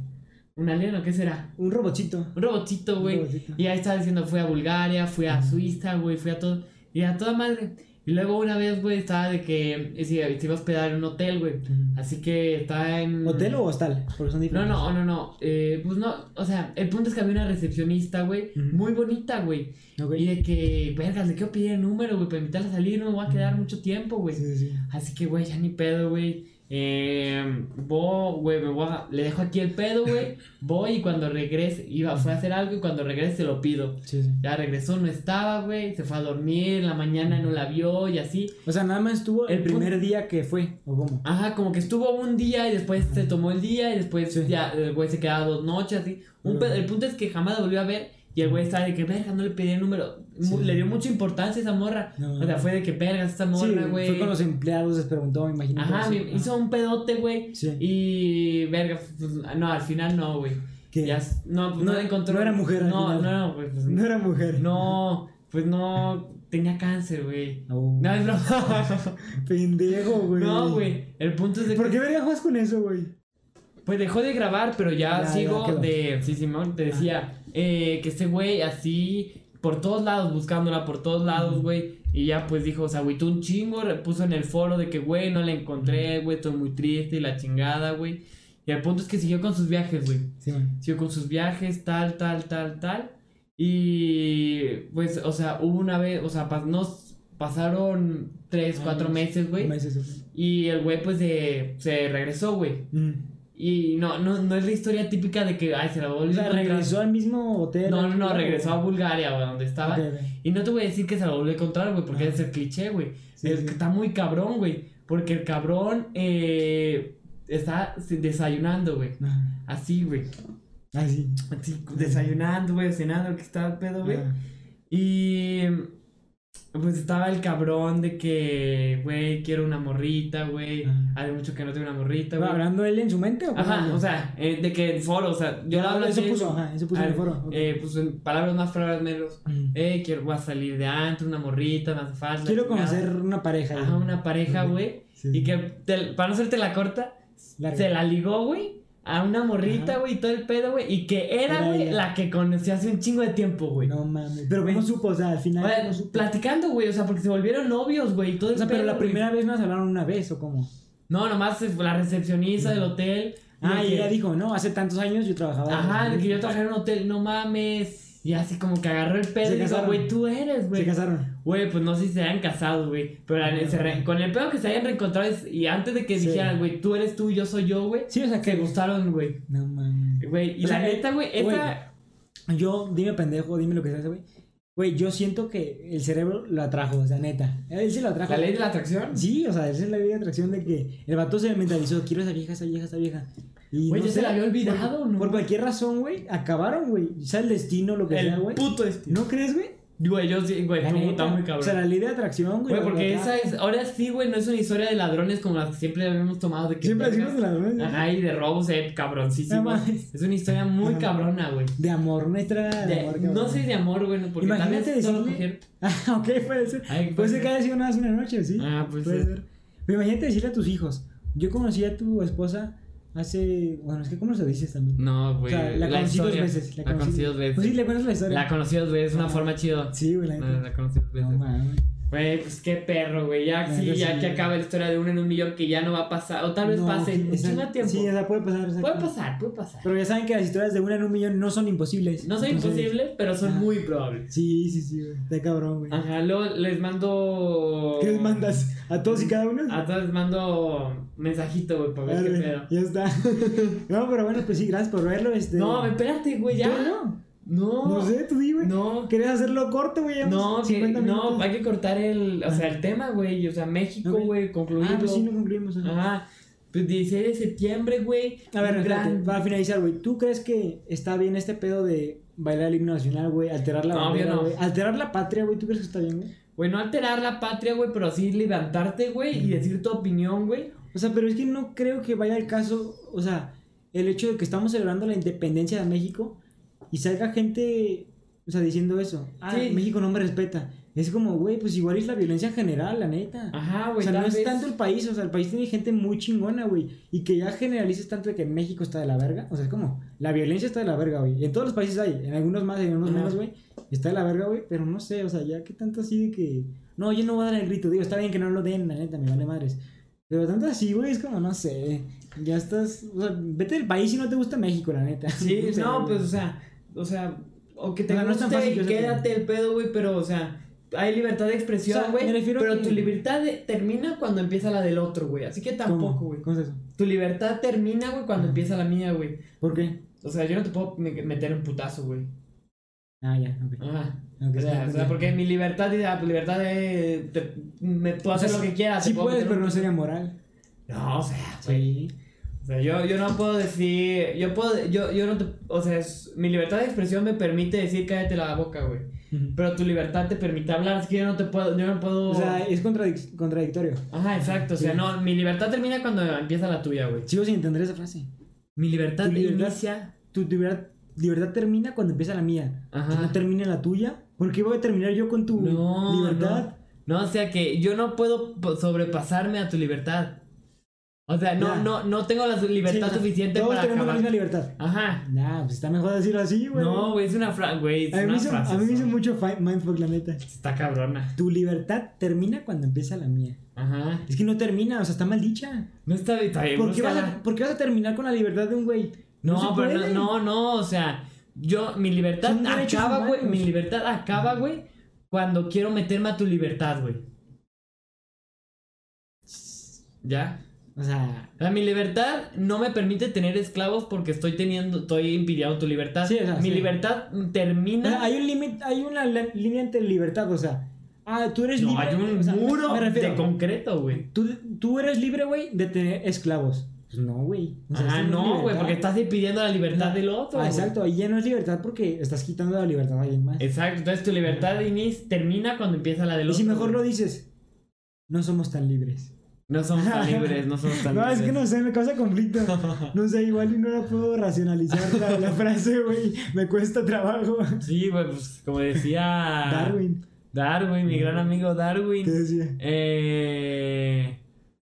Speaker 2: ¿Un alien o qué será?
Speaker 1: Un robotito.
Speaker 2: Un robotito,
Speaker 1: Un
Speaker 2: güey.
Speaker 1: robotito.
Speaker 2: Y ahí estaba diciendo, fui a Bulgaria, fui a Suiza, güey, fui a todo. Y a toda madre. Y luego una vez, güey, estaba de que eh, se se iba a hospedar en un hotel, güey.
Speaker 1: Ujú.
Speaker 2: Así que estaba en.
Speaker 1: ¿Hotel o hostal? Porque son
Speaker 2: No,
Speaker 1: diferentes.
Speaker 2: no, no, no. Eh, pues no. O sea, el punto es que había una recepcionista, güey.
Speaker 1: Ujú.
Speaker 2: Muy bonita, güey.
Speaker 1: Ok.
Speaker 2: Y de que, vergas, le quiero pedir el número, güey, para invitarla a salir. No me voy a quedar mucho tiempo, güey.
Speaker 1: Sí, sí, sí.
Speaker 2: Así que, güey, ya ni pedo, güey. Eh, voy, güey, me voy a- le dejo aquí el pedo, güey. Voy y cuando regrese, iba, fue a hacer algo y cuando regrese se lo pido.
Speaker 1: Sí, sí.
Speaker 2: Ya regresó, no estaba, güey. Se fue a dormir, en la mañana no la vio y así.
Speaker 1: O sea, nada más estuvo el
Speaker 2: El punto-
Speaker 1: primer día que fue, ¿o cómo?
Speaker 2: Ajá, como que estuvo un día y después se tomó el día y después
Speaker 1: Sí.
Speaker 2: ya el güey se quedaba dos noches, así. Un pe-
Speaker 1: Ujú.
Speaker 2: el punto es que jamás la volvió a ver y el güey estaba de que, verga, no le pedí el número. Mu-
Speaker 1: Sí.
Speaker 2: Le dio mucha importancia a esa morra.
Speaker 1: No.
Speaker 2: Ah, O sea, fue de que, verga, esta
Speaker 1: Sí,
Speaker 2: morra, güey.
Speaker 1: fue con los empleados, les preguntó, me imagino.
Speaker 2: Ajá,
Speaker 1: pero
Speaker 2: me-
Speaker 1: sí.
Speaker 2: hizo un pedote, güey.
Speaker 1: Sí.
Speaker 2: Y verga, pues, no, al final no, güey.
Speaker 1: ¿Qué?
Speaker 2: Ya s- no, pues,
Speaker 1: No-
Speaker 2: no, la encontró.
Speaker 1: no era mujer al
Speaker 2: No,
Speaker 1: final.
Speaker 2: no, güey, pues,
Speaker 1: <laughs> No era mujer.
Speaker 2: no, pues no tenía cáncer, güey.
Speaker 1: No.
Speaker 2: No,
Speaker 1: <laughs>
Speaker 2: es broma.
Speaker 1: Pendejo, güey.
Speaker 2: No, güey. El punto es de
Speaker 1: ¿Por
Speaker 2: que
Speaker 1: qué me juegas con eso, güey?
Speaker 2: pues dejó de grabar, pero ya,
Speaker 1: Ya, Ah. ya,
Speaker 2: sigo
Speaker 1: quedó.
Speaker 2: de sí, Simón te decía eh, que este güey así por todos lados buscándola por todos lados, güey. Y ya pues dijo, o sea, güey, tú un chingo, re- puso en el foro de que, güey, no la encontré, güey, estoy muy triste y la chingada, güey. Y el punto es que siguió con sus viajes, güey.
Speaker 1: Sí, güey.
Speaker 2: Siguió con sus viajes, tal, tal, tal, tal. Y pues, o sea, hubo una vez, o sea, pas- nos pasaron tres, cuatro
Speaker 1: Años.
Speaker 2: meses, güey.
Speaker 1: Meses, güey.
Speaker 2: Y el güey, pues, de- se regresó, güey.
Speaker 1: Mm.
Speaker 2: Y no, no, no es la historia típica de que, ay, se la
Speaker 1: O
Speaker 2: volvió a
Speaker 1: sea,
Speaker 2: encontrar.
Speaker 1: regresó al mismo hotel.
Speaker 2: No, no, no, regresó a Bulgaria, güey, donde estaba.
Speaker 1: Ok, ok.
Speaker 2: Y no te voy a decir que se la volvió a encontrar, güey, porque
Speaker 1: Ah.
Speaker 2: es el cliché, güey.
Speaker 1: Sí,
Speaker 2: Es
Speaker 1: sí.
Speaker 2: que Está muy cabrón, güey. Porque el cabrón eh, está desayunando, güey.
Speaker 1: Ajá.
Speaker 2: Así, güey.
Speaker 1: Ah, sí.
Speaker 2: Así, desayunando, güey, cenando, que estaba el pedo, güey.
Speaker 1: Ah.
Speaker 2: Y pues estaba el cabrón de que, güey, quiero una morrita, güey.
Speaker 1: Ajá.
Speaker 2: Hace mucho que no tengo una morrita, güey.
Speaker 1: ¿Hablando él en su mente o cómo?
Speaker 2: Ajá, o sea, eh, de que el foro, o sea, yo lo hablo
Speaker 1: Eso
Speaker 2: así,
Speaker 1: puso, ajá, eso puso en el
Speaker 2: ah,
Speaker 1: foro. ok.
Speaker 2: eh, pues en palabras más, palabras menos.
Speaker 1: Mm.
Speaker 2: Eh, quiero, voy a salir de antro, una morrita, me hace falta.
Speaker 1: Quiero
Speaker 2: chingada.
Speaker 1: conocer una pareja.
Speaker 2: Ajá,
Speaker 1: güey.
Speaker 2: una pareja,
Speaker 1: Ok.
Speaker 2: güey.
Speaker 1: Sí.
Speaker 2: Y que, te- para no hacerte la corta,
Speaker 1: Larga.
Speaker 2: se la ligó, güey, a una morrita,
Speaker 1: Ajá.
Speaker 2: güey, y todo el pedo, güey. Y que era,
Speaker 1: Era
Speaker 2: güey,
Speaker 1: ella.
Speaker 2: la que conocí hace un chingo de tiempo, güey.
Speaker 1: No mames. Pero ¿cómo
Speaker 2: Güey.
Speaker 1: supo? O sea, al final.
Speaker 2: O sea,
Speaker 1: ¿cómo supo?
Speaker 2: platicando, güey, o sea, porque se volvieron novios, güey, y todo
Speaker 1: O
Speaker 2: el
Speaker 1: sea, pero
Speaker 2: pedo,
Speaker 1: la
Speaker 2: güey.
Speaker 1: primera vez nos hablaron una vez, ¿o cómo?
Speaker 2: No, nomás es la recepcionista del hotel.
Speaker 1: Ah, y
Speaker 2: que-
Speaker 1: ella dijo, no, hace tantos años yo trabajaba.
Speaker 2: Ajá, de que
Speaker 1: trabajaba.
Speaker 2: yo trabajé en un hotel, no mames. Y así como que agarró el pedo
Speaker 1: Se
Speaker 2: y dijo,
Speaker 1: casaron.
Speaker 2: güey, tú eres,
Speaker 1: Se
Speaker 2: güey.
Speaker 1: casaron.
Speaker 2: Güey, pues no sé si se hayan casado, güey. Pero la-
Speaker 1: No,
Speaker 2: se re-
Speaker 1: güey.
Speaker 2: con el pedo que se hayan reencontrado es- y antes de que
Speaker 1: Sí.
Speaker 2: dijeran, güey, tú eres tú y yo soy yo, güey,
Speaker 1: Sí, o sea,
Speaker 2: se
Speaker 1: que.
Speaker 2: gustaron, güey.
Speaker 1: No mames.
Speaker 2: Güey, y
Speaker 1: O sea,
Speaker 2: la
Speaker 1: eh,
Speaker 2: neta, güey,
Speaker 1: güey,
Speaker 2: esta.
Speaker 1: Yo, dime pendejo, dime lo que seas, güey. Güey, yo siento que el cerebro lo atrajo, o sea, neta. Él sí lo atrajo.
Speaker 2: La ley de la atracción.
Speaker 1: Sí, o sea, esa es la ley de atracción de que el vato se mentalizó, quiero esa vieja, esa vieja, esa vieja. Y
Speaker 2: Güey,
Speaker 1: no
Speaker 2: yo se
Speaker 1: sé,
Speaker 2: la había olvidado,
Speaker 1: por,
Speaker 2: ¿no?
Speaker 1: por cualquier razón, güey, acabaron, güey. O sea, el destino, lo que sea,
Speaker 2: El
Speaker 1: güey.
Speaker 2: puto este.
Speaker 1: ¿No crees, güey?
Speaker 2: Güey, yo sí, güey,
Speaker 1: La
Speaker 2: tú
Speaker 1: neta.
Speaker 2: está muy
Speaker 1: O sea,
Speaker 2: cabrón.
Speaker 1: la ley de atracción, güey.
Speaker 2: Güey,
Speaker 1: bla,
Speaker 2: porque
Speaker 1: bla, bla.
Speaker 2: esa es. Ahora sí, güey, no es una historia de ladrones como las que siempre habíamos tomado de que.
Speaker 1: Siempre
Speaker 2: verga.
Speaker 1: decimos de ladrones. ¿no?
Speaker 2: Ajá, y de robos, eh,
Speaker 1: No
Speaker 2: cabroncísimos.
Speaker 1: mames.
Speaker 2: Es una historia muy
Speaker 1: Ajá.
Speaker 2: cabrona, güey.
Speaker 1: De amor, nuestra. De,
Speaker 2: De-
Speaker 1: amor,
Speaker 2: No
Speaker 1: cabrón.
Speaker 2: sé de amor, güey, no, porque también
Speaker 1: Imagínate
Speaker 2: solo
Speaker 1: decirle-
Speaker 2: cogieron.
Speaker 1: <laughs> Ah, ok, puede ser.
Speaker 2: Ay,
Speaker 1: Puede
Speaker 2: pues,
Speaker 1: ser que haya sido nada más una noche, sí.
Speaker 2: Ah, pues
Speaker 1: puede
Speaker 2: sí.
Speaker 1: ser. Pero imagínate decirle a tus hijos: Yo conocí a tu esposa hace. Bueno, es que, ¿cómo se lo dices también?
Speaker 2: No, güey.
Speaker 1: o sea, la, conocí
Speaker 2: historia.
Speaker 1: dos veces.
Speaker 2: La, conocí dos veces.
Speaker 1: Pues sí, le cuentas la historia.
Speaker 2: La conocí dos veces, una
Speaker 1: Ah.
Speaker 2: forma chida.
Speaker 1: Sí, güey, la neta.
Speaker 2: No, la conocí dos
Speaker 1: No
Speaker 2: veces.
Speaker 1: mames.
Speaker 2: Güey, pues qué perro, güey. Ya,
Speaker 1: La
Speaker 2: sí,
Speaker 1: neta,
Speaker 2: ya
Speaker 1: sí.
Speaker 2: que acaba la historia de uno en un millón que ya no va a pasar. O tal vez
Speaker 1: No,
Speaker 2: pase.
Speaker 1: que-
Speaker 2: Un
Speaker 1: esa-
Speaker 2: chingo de tiempo.
Speaker 1: Sí, o sea, puede pasar. o sea,
Speaker 2: puede
Speaker 1: que-
Speaker 2: pasar, puede pasar.
Speaker 1: Pero ya saben que las historias de una en un millón no son imposibles.
Speaker 2: No son
Speaker 1: Entonces,
Speaker 2: imposibles, pero son
Speaker 1: ajá.
Speaker 2: muy probables.
Speaker 1: Sí, sí, sí, güey. Está cabrón, güey.
Speaker 2: Ajá, luego les mando.
Speaker 1: ¿Qué les mandas? ¿A todos y cada uno?
Speaker 2: A todos les mando mensajito, güey, para Ah, ver
Speaker 1: Arre,
Speaker 2: qué pedo.
Speaker 1: Ya está. <laughs> no, pero bueno, pues sí, gracias por verlo. Este...
Speaker 2: No, espérate, güey, ya.
Speaker 1: ¿Tú no?
Speaker 2: No.
Speaker 1: No sé, tú di, güey.
Speaker 2: No,
Speaker 1: ¿Querías hacerlo corto, güey? Llevamos
Speaker 2: no, que-
Speaker 1: 50
Speaker 2: no,
Speaker 1: minutos.
Speaker 2: hay que cortar el, o sea, el tema, güey, o sea, México,
Speaker 1: Ok.
Speaker 2: güey, concluirlo.
Speaker 1: Ah, pues sí, no concluimos. ajá.
Speaker 2: Ajá, pues 16 de septiembre, güey.
Speaker 1: A ver,
Speaker 2: un
Speaker 1: espérate,
Speaker 2: gran-
Speaker 1: para finalizar, güey, ¿tú crees que está bien este pedo de bailar el himno nacional, güey? Alterar la
Speaker 2: No,
Speaker 1: bandera,
Speaker 2: yo no.
Speaker 1: güey. Alterar la patria, güey, ¿tú crees que está bien, güey?
Speaker 2: Güey, no alterar la patria, güey, pero sí levantarte, güey, y
Speaker 1: Ujú.
Speaker 2: decir tu opinión, güey.
Speaker 1: O sea, pero es que no creo que vaya el caso, o sea, el hecho de que estamos celebrando la independencia de México y salga gente, o sea, diciendo eso. Ah,
Speaker 2: Sí.
Speaker 1: México no me respeta. Es como, güey, pues igual es la violencia general, la neta.
Speaker 2: Ajá,
Speaker 1: o
Speaker 2: güey,
Speaker 1: sea, no
Speaker 2: tal
Speaker 1: es
Speaker 2: vez-
Speaker 1: tanto el país, o sea, el país tiene gente muy chingona, güey. Y que ya generalices tanto de que México está de la verga. O sea, es como, la violencia está de la verga, güey. En todos los países hay, en algunos más, en algunos
Speaker 2: Ajá.
Speaker 1: menos, güey. Está de la verga, güey. Pero no sé, o sea, ya que tanto así de que. No, yo no voy a dar el grito. Digo, está bien que no lo den, la neta, me vale madres. Pero tanto así, güey, es como, no sé. Ya estás. O sea, vete del país si no te gusta México, la neta. <laughs>
Speaker 2: Sí,
Speaker 1: sé,
Speaker 2: no,
Speaker 1: güey.
Speaker 2: pues, o sea, o sea, o que te
Speaker 1: O sea, no es
Speaker 2: guste
Speaker 1: tan fácil que
Speaker 2: y
Speaker 1: yo sepa.
Speaker 2: quédate el pedo, güey, pero, o sea, hay libertad de
Speaker 1: O
Speaker 2: expresión,
Speaker 1: sea,
Speaker 2: güey,
Speaker 1: me refiero
Speaker 2: pero
Speaker 1: que-
Speaker 2: tu libertad de- termina cuando empieza la del otro, güey, así que
Speaker 1: ¿Cómo?
Speaker 2: tampoco, güey.
Speaker 1: ¿Cómo es eso?
Speaker 2: Tu libertad termina, güey, cuando
Speaker 1: Ajá.
Speaker 2: empieza la mía, güey.
Speaker 1: ¿Por qué?
Speaker 2: O sea, yo no te puedo me- meter un putazo, güey.
Speaker 1: Ah, ya, ok.
Speaker 2: Ajá.
Speaker 1: Ok,
Speaker 2: O sea,
Speaker 1: ya,
Speaker 2: o sea,
Speaker 1: ya.
Speaker 2: porque mi libertad, dice, ah, tu libertad es... te- me puedo
Speaker 1: O sea,
Speaker 2: hacer lo que quieras.
Speaker 1: Sí
Speaker 2: te puedo
Speaker 1: puedes,
Speaker 2: meter
Speaker 1: pero
Speaker 2: un-
Speaker 1: no sería moral.
Speaker 2: No, o sea, güey. O sea, yo, yo no puedo decir... Yo puedo... Yo, yo no te... O sea, es- mi libertad de expresión me permite decir cállate la boca, güey.
Speaker 1: Ujú.
Speaker 2: Pero tu libertad te permite hablar, así que yo no te puedo... Yo no puedo...
Speaker 1: O sea, es contradic- contradictorio.
Speaker 2: Ajá, exacto. O sea,
Speaker 1: Sí.
Speaker 2: no, mi libertad termina cuando empieza la tuya, güey.
Speaker 1: Sigo sin entender esa frase.
Speaker 2: Mi libertad,
Speaker 1: Tu libertad-
Speaker 2: inicia...
Speaker 1: Tu libertad, libertad termina cuando empieza la mía.
Speaker 2: Ajá.
Speaker 1: Que no termine la tuya. ¿Por qué voy a terminar yo con tu
Speaker 2: No,
Speaker 1: libertad?
Speaker 2: No, o sea que yo no puedo po- sobrepasarme a tu libertad. O sea, no,
Speaker 1: Ya.
Speaker 2: no, no tengo la
Speaker 1: Sí,
Speaker 2: su-
Speaker 1: o
Speaker 2: libertad
Speaker 1: sea,
Speaker 2: suficiente
Speaker 1: Todos
Speaker 2: para
Speaker 1: tenemos
Speaker 2: acabar.
Speaker 1: la misma libertad.
Speaker 2: Ajá.
Speaker 1: Nah, pues está mejor decirlo así, güey.
Speaker 2: No, güey, es una frase, güey. es
Speaker 1: a mí,
Speaker 2: una
Speaker 1: me hizo,
Speaker 2: frase,
Speaker 1: a mí me hizo
Speaker 2: son-
Speaker 1: mucho fi- mindfuck, la neta.
Speaker 2: Está cabrona.
Speaker 1: Tu libertad termina cuando empieza la mía.
Speaker 2: Ajá.
Speaker 1: Es que no termina, o sea, está mal dicha.
Speaker 2: No está, está bien.
Speaker 1: ¿Por qué, vas
Speaker 2: búscala.
Speaker 1: a, por qué vas a terminar con la libertad de un güey?
Speaker 2: No,
Speaker 1: se
Speaker 2: pero
Speaker 1: puede.
Speaker 2: no, no, no, o sea, yo, mi libertad
Speaker 1: Son derechos
Speaker 2: acaba, güey.
Speaker 1: humanos.
Speaker 2: Mi libertad acaba, güey, cuando quiero meterme a tu libertad, güey. ¿Ya?
Speaker 1: O sea,
Speaker 2: O sea, mi libertad no me permite tener esclavos porque estoy teniendo, estoy impidiendo tu libertad.
Speaker 1: Sí, o sea,
Speaker 2: mi
Speaker 1: sí.
Speaker 2: libertad
Speaker 1: O sea,
Speaker 2: termina.
Speaker 1: hay un límite, hay una la- línea entre libertad, o sea, ah, tú eres
Speaker 2: no,
Speaker 1: libre.
Speaker 2: hay un
Speaker 1: o sea,
Speaker 2: muro
Speaker 1: me refiero,
Speaker 2: de concreto, güey.
Speaker 1: tú, tú eres libre, güey, de tener esclavos. Pues no, güey. O sea,
Speaker 2: ah,
Speaker 1: eso
Speaker 2: no,
Speaker 1: es
Speaker 2: güey,
Speaker 1: libertad.
Speaker 2: porque estás impidiendo la libertad
Speaker 1: No.
Speaker 2: del otro.
Speaker 1: Ah,
Speaker 2: güey.
Speaker 1: exacto, ahí ya no es libertad porque estás quitando la libertad a alguien más.
Speaker 2: Exacto, entonces tu libertad, Inés, termina cuando empieza la del
Speaker 1: Y
Speaker 2: otro.
Speaker 1: si mejor lo
Speaker 2: güey.
Speaker 1: dices, no somos tan libres.
Speaker 2: No
Speaker 1: <laughs>
Speaker 2: somos tan libres, no somos tan
Speaker 1: No,
Speaker 2: libres.
Speaker 1: es que no sé, me causa
Speaker 2: <laughs>
Speaker 1: conflicto. No sé, igual y no la puedo racionalizar la, la frase, güey. Me cuesta trabajo.
Speaker 2: <laughs> Sí, güey, pues como decía
Speaker 1: Darwin,
Speaker 2: Darwin, mi gran amigo
Speaker 1: ¿qué
Speaker 2: Darwin.
Speaker 1: decía?
Speaker 2: Eh,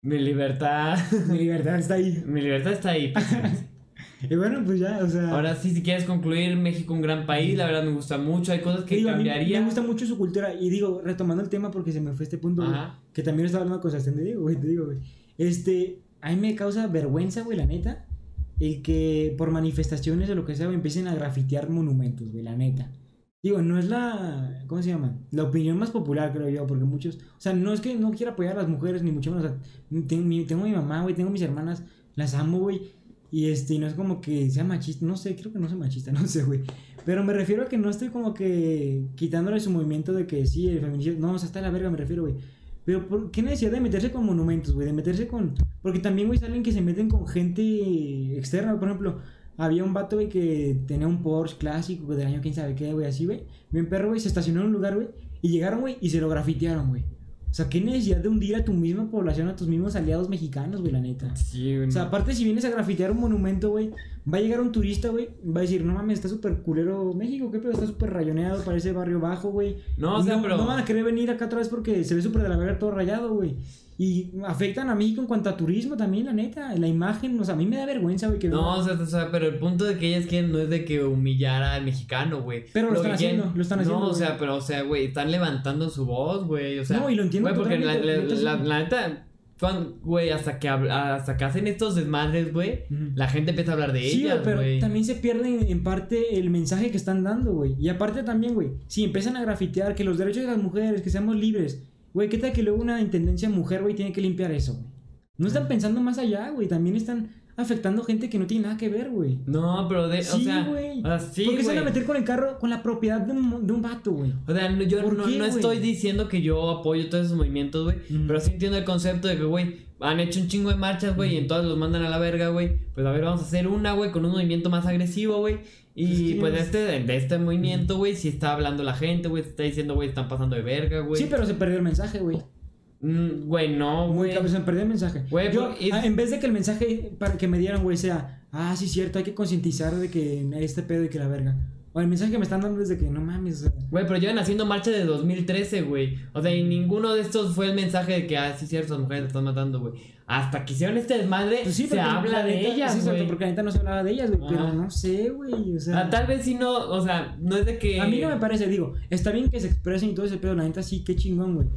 Speaker 2: mi libertad. <laughs>
Speaker 1: Mi libertad está ahí. <laughs>
Speaker 2: mi libertad está ahí. pues.
Speaker 1: Y bueno, pues ya, o sea.
Speaker 2: Ahora sí, si quieres concluir, México un gran país, la verdad me gusta mucho, hay cosas que
Speaker 1: digo, a mí
Speaker 2: cambiaría.
Speaker 1: Me gusta mucho su cultura. Y digo, retomando el tema porque se me fue este punto, güey,
Speaker 2: Ajá.
Speaker 1: que también estaba hablando con Sebastián de Diego, güey, te digo, güey. Este, a mí me causa vergüenza, güey, la neta, el que por manifestaciones o lo que sea, güey, empiecen a grafitear monumentos, güey, la neta. Digo, no es la, ¿cómo se llama? La opinión más popular, creo yo, porque muchos, o sea, no es que no quiera apoyar a las mujeres, ni mucho menos, o sea, tengo, mi- tengo a mi mamá, güey, tengo a mis hermanas, las amo, güey, y este, y no es como que sea machista, no sé, creo que no soy machista, <laughs> no sé, güey, pero me refiero a que no estoy como que quitándole su movimiento de que sí, el feminicidio. No, o sea, está la verga, me refiero, güey. Pero ¿por qué necesidad de meterse con monumentos, güey? De meterse con. Porque también, güey, salen que se meten con gente externa. Por ejemplo, había un vato, güey, que tenía un Porsche clásico güey, del año quién sabe qué, güey, así, güey. Bien perro, güey, se estacionó en un lugar, güey. Y llegaron, güey, y se lo grafitearon, güey. O sea, ¿qué necesidad de hundir a tu misma población, a tus mismos aliados mexicanos, güey, la neta?
Speaker 2: Sí, güey,
Speaker 1: O sea,
Speaker 2: no.
Speaker 1: aparte, si vienes a grafitear un monumento, güey, va a llegar un turista, güey, va a decir, no mames, está súper culero México, qué pedo, está súper rayoneado, parece barrio bajo, güey.
Speaker 2: No, o sea, pero-
Speaker 1: No van a querer venir acá otra vez porque se ve súper de la verga todo rayado, güey. Y afectan a México en cuanto a turismo también, la neta. La imagen, o sea, a mí me da vergüenza, güey, que
Speaker 2: No, o sea, o sea, pero el punto de que ellas quieren no es de que humillara al mexicano, güey.
Speaker 1: Pero lo
Speaker 2: que
Speaker 1: están
Speaker 2: quieren-
Speaker 1: haciendo, lo están haciendo,
Speaker 2: No, o
Speaker 1: güey.
Speaker 2: sea, pero, o sea, güey, están levantando su voz, güey, o sea.
Speaker 1: No, y lo entiendo
Speaker 2: Güey, porque la, la,
Speaker 1: totalmente, neta,
Speaker 2: la-
Speaker 1: sí.
Speaker 2: la neta, cuan- güey, hasta que, hab- hasta que hacen estos desmadres, güey,
Speaker 1: Ujú.
Speaker 2: la gente empieza a hablar de
Speaker 1: Sí, güey,
Speaker 2: ellas,
Speaker 1: pero
Speaker 2: güey.
Speaker 1: también se pierde en- en parte el mensaje que están dando, güey. Y aparte también, güey, si empiezan a grafitear que los derechos de las mujeres, que seamos libres, güey, ¿qué tal que luego una intendencia mujer, güey, tiene que limpiar eso, güey? No
Speaker 2: Ah.
Speaker 1: están pensando más allá, güey. También están afectando gente que no tiene nada que ver, güey.
Speaker 2: No, pero de, o
Speaker 1: Sí,
Speaker 2: sea,
Speaker 1: güey.
Speaker 2: o sea, sí,
Speaker 1: ¿Por qué se van a
Speaker 2: güey.
Speaker 1: meter con el carro, con la propiedad de un, de un vato, güey?
Speaker 2: O sea, no- yo
Speaker 1: ¿Por
Speaker 2: no,
Speaker 1: qué,
Speaker 2: no
Speaker 1: güey?
Speaker 2: estoy diciendo que yo apoyo todos esos movimientos, güey.
Speaker 1: Mm.
Speaker 2: Pero sí entiendo el concepto de que, güey, han hecho un chingo de marchas, güey,
Speaker 1: Mm.
Speaker 2: y en todas los mandan a la verga, güey. Pues a ver, vamos a hacer una, güey, con un movimiento más agresivo, güey.
Speaker 1: Pues,
Speaker 2: Y
Speaker 1: ¿qué
Speaker 2: pues de
Speaker 1: es? Mm.
Speaker 2: este, de este movimiento, güey, sí está hablando la gente, güey. Está diciendo, güey, están pasando de verga, güey.
Speaker 1: Sí, pero se perdió el mensaje, güey.
Speaker 2: Mm, Güey, no,
Speaker 1: Muy
Speaker 2: güey.
Speaker 1: cabrón, se me perdió el mensaje.
Speaker 2: Güey,
Speaker 1: Yo,
Speaker 2: porque es-
Speaker 1: ah, en vez de que el mensaje para que me dieran, güey, sea, ah, sí, cierto, hay que concientizar de que este pedo y que la verga. O el mensaje que me están dando es de que no mames. o sea, pues
Speaker 2: Güey, pero llevan haciendo marcha de 2013, güey. O sea, y ninguno de estos fue el mensaje de que, ah, sí, ciertas mujeres te están matando, güey. Hasta que hicieron este desmadre,
Speaker 1: Pues
Speaker 2: se
Speaker 1: porque la
Speaker 2: habla de
Speaker 1: neta- sí,
Speaker 2: ellas,
Speaker 1: exacto,
Speaker 2: güey.
Speaker 1: porque la neta no se hablaba de ellas, güey, pero
Speaker 2: Ah.
Speaker 1: no sé, güey, o sea.
Speaker 2: Ah, tal vez si no, o sea, no es de que.
Speaker 1: A mí no me parece, digo, está bien que se expresen y todo ese pedo, la neta sí, qué chingón, güey.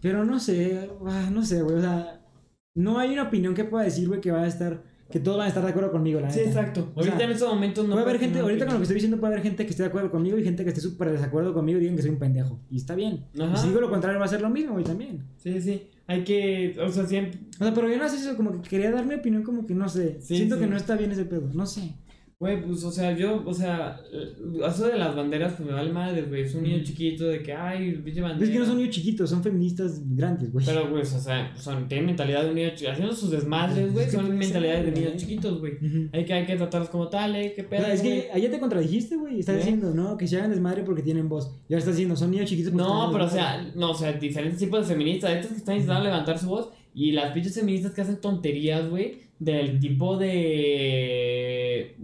Speaker 1: Pero no sé, ah, no sé, güey, o sea, no hay una opinión que pueda decir, güey, que va a estar, que todos van a estar de acuerdo conmigo, la neta. O sea,
Speaker 2: Ahorita en estos momentos no.
Speaker 1: puede haber
Speaker 2: puedo
Speaker 1: gente,
Speaker 2: tener
Speaker 1: ahorita con lo
Speaker 2: opinión.
Speaker 1: que estoy diciendo, puede haber gente que esté de acuerdo conmigo y gente que esté súper desacuerdo conmigo y digan que soy un pendejo. Y está bien.
Speaker 2: Ajá.
Speaker 1: Y si digo lo contrario, va a ser lo mismo, güey, también.
Speaker 2: Sí, sí. Hay que. O sea, siempre.
Speaker 1: O sea, pero yo no sé eso, como que quería dar mi opinión, como que no sé.
Speaker 2: Sí,
Speaker 1: Siento
Speaker 2: sí.
Speaker 1: que no está bien ese pedo, no sé.
Speaker 2: Güey, pues, o sea, yo, o sea, eh, eso de las banderas, pues me vale madre, güey. Es un niño chiquito de que, ay, pinche bandera.
Speaker 1: Es que no son niños chiquitos, son feministas grandes, güey.
Speaker 2: Pero, güey, o sea, son, tienen mentalidad de un niño chiquito. Haciendo sus desmadres,
Speaker 1: Es
Speaker 2: güey,
Speaker 1: que
Speaker 2: son
Speaker 1: puede ser, ¿eh?
Speaker 2: mentalidades de
Speaker 1: güey.
Speaker 2: niños chiquitos, güey.
Speaker 1: Ujú.
Speaker 2: Hay que, hay que tratarlos como tal, ¿eh? ¿Qué pedo?
Speaker 1: Pero es
Speaker 2: güey?
Speaker 1: que allá te contradijiste, güey. Estás
Speaker 2: ¿Eh?
Speaker 1: diciendo, no, que se hagan desmadre porque tienen voz. Y ahora estás diciendo, son niños chiquitos. porque
Speaker 2: No,
Speaker 1: tienen
Speaker 2: pero o
Speaker 1: voz.
Speaker 2: sea, no, o sea, diferentes tipos de feministas, estas que están intentando levantar su voz y las pinches feministas que hacen tonterías, güey, del tipo de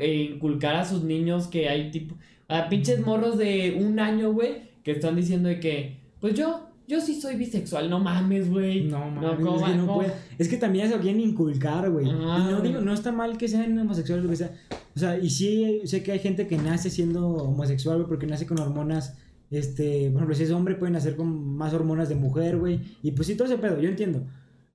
Speaker 2: eh, inculcar a sus niños que hay tipo a pinches morros de un año, güey, que están diciendo de que, pues yo, yo sí soy bisexual, no mames, güey.
Speaker 1: No, mames,
Speaker 2: ¿cómo
Speaker 1: es
Speaker 2: va-
Speaker 1: que no
Speaker 2: cómo?
Speaker 1: puede. Es que también se lo quieren inculcar, güey.
Speaker 2: Ah.
Speaker 1: Y no digo, no está mal que sean homosexuales, lo que sea. O sea, y sí sé que hay gente que nace siendo homosexual, güey, porque nace con hormonas. Este, por ejemplo, si es hombre, pueden nacer con más hormonas de mujer, güey. Y pues sí, todo ese pedo, yo entiendo.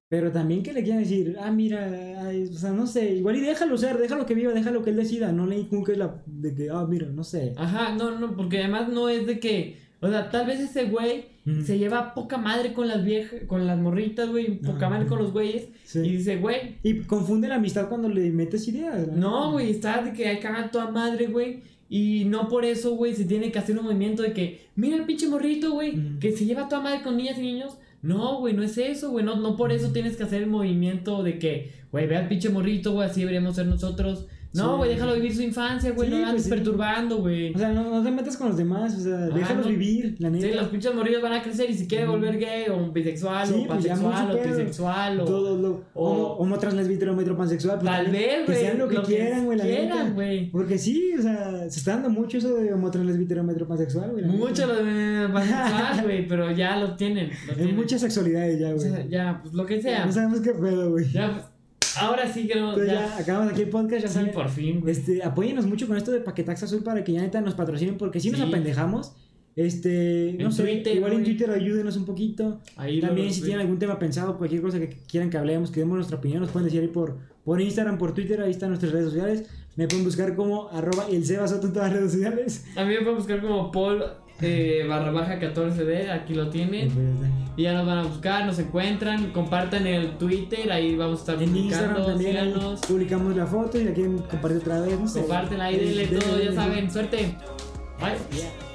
Speaker 1: Pero también que le quieran decir, ah, mira, ay, o sea, no sé, igual y déjalo ser, déjalo que viva, déjalo que él decida, no le inculques la de que, ah, mira, no sé.
Speaker 2: Ajá, no, no, porque además no es de que, o sea, tal vez ese güey
Speaker 1: Ujú.
Speaker 2: se lleva poca madre con las viejas, con las morritas, güey, poca
Speaker 1: Ajá.
Speaker 2: madre con los güeyes
Speaker 1: Sí.
Speaker 2: y dice, güey,
Speaker 1: Y confunde la amistad cuando le metes ideas. ¿verdad?
Speaker 2: No, güey, está de que hay cagar toda madre, güey. Y no por eso, güey, se tiene que hacer un movimiento de que, mira el pinche morrito, güey,
Speaker 1: Ujú.
Speaker 2: que se lleva toda madre con niñas y niños. No, güey, no es eso, güey. No, no por
Speaker 1: Mm.
Speaker 2: eso tienes que hacer el movimiento de que, güey, ve al pinche morrito, güey, así deberíamos ser nosotros. No,
Speaker 1: Sí.
Speaker 2: güey, déjalo vivir su infancia, güey,
Speaker 1: Sí,
Speaker 2: no la andes
Speaker 1: pues sí.
Speaker 2: perturbando, güey.
Speaker 1: O sea, no, no te metas con los demás, o sea,
Speaker 2: Ah,
Speaker 1: déjalos
Speaker 2: no.
Speaker 1: vivir, la
Speaker 2: Sí, los
Speaker 1: neta.
Speaker 2: pinches morritos van a crecer y si quiere
Speaker 1: Ujú.
Speaker 2: volver gay o bisexual
Speaker 1: Sí,
Speaker 2: o
Speaker 1: pues ya
Speaker 2: pansexual
Speaker 1: mucho
Speaker 2: o
Speaker 1: pedo.
Speaker 2: trisexual o...
Speaker 1: Todo lo
Speaker 2: o-
Speaker 1: homo, homo trans lesbítero, metro pansexual. pues,
Speaker 2: Tal
Speaker 1: también,
Speaker 2: vez,
Speaker 1: Que
Speaker 2: güey.
Speaker 1: sean lo que quieran, güey, la
Speaker 2: quieran,
Speaker 1: neta.
Speaker 2: güey.
Speaker 1: Porque sí, o sea, se está dando mucho eso de homo trans lesbítero, metro pansexual, güey. la neta.
Speaker 2: Mucho lo de
Speaker 1: <laughs>
Speaker 2: pansexual, güey, pero ya lo tienen. Lo
Speaker 1: Hay
Speaker 2: tienen.
Speaker 1: muchas sexualidades ya,
Speaker 2: O
Speaker 1: güey.
Speaker 2: sea, ya, pues lo que sea.
Speaker 1: no sabemos qué pedo, güey.
Speaker 2: Ya, pues, Ahora sí que no.
Speaker 1: Entonces
Speaker 2: ya.
Speaker 1: ya acabamos aquí el podcast, ya
Speaker 2: Sí,
Speaker 1: saben.
Speaker 2: por fin, güey.
Speaker 1: Este, apóyenos mucho con esto de Paquetax Azul para que ya neta nos patrocinen, porque si nos
Speaker 2: Sí.
Speaker 1: apendejamos, este, no
Speaker 2: En
Speaker 1: sé,
Speaker 2: Twitter,
Speaker 1: igual en
Speaker 2: güey.
Speaker 1: Twitter ayúdenos un poquito.
Speaker 2: Ahí lo-
Speaker 1: También si
Speaker 2: güey.
Speaker 1: tienen algún tema pensado, cualquier cosa que quieran que hablemos, que demos nuestra opinión, nos pueden decir ahí por, por Instagram, por Twitter, ahí están nuestras redes sociales. Me pueden buscar como arroba el Sebasoto en todas las redes sociales.
Speaker 2: A mí me pueden buscar como Paul eh, barra baja 14D, aquí lo tienen. Y ya nos van a buscar, nos encuentran, compartan el Twitter, ahí vamos a estar
Speaker 1: En Instagram
Speaker 2: publicando,
Speaker 1: también ahí
Speaker 2: síganos,
Speaker 1: publicamos la foto y la quieren compartir otra vez, no sé.
Speaker 2: compártenla ahí, denle
Speaker 1: Denle,
Speaker 2: todo, ya
Speaker 1: denle.
Speaker 2: saben, suerte. Bye.
Speaker 1: Yeah.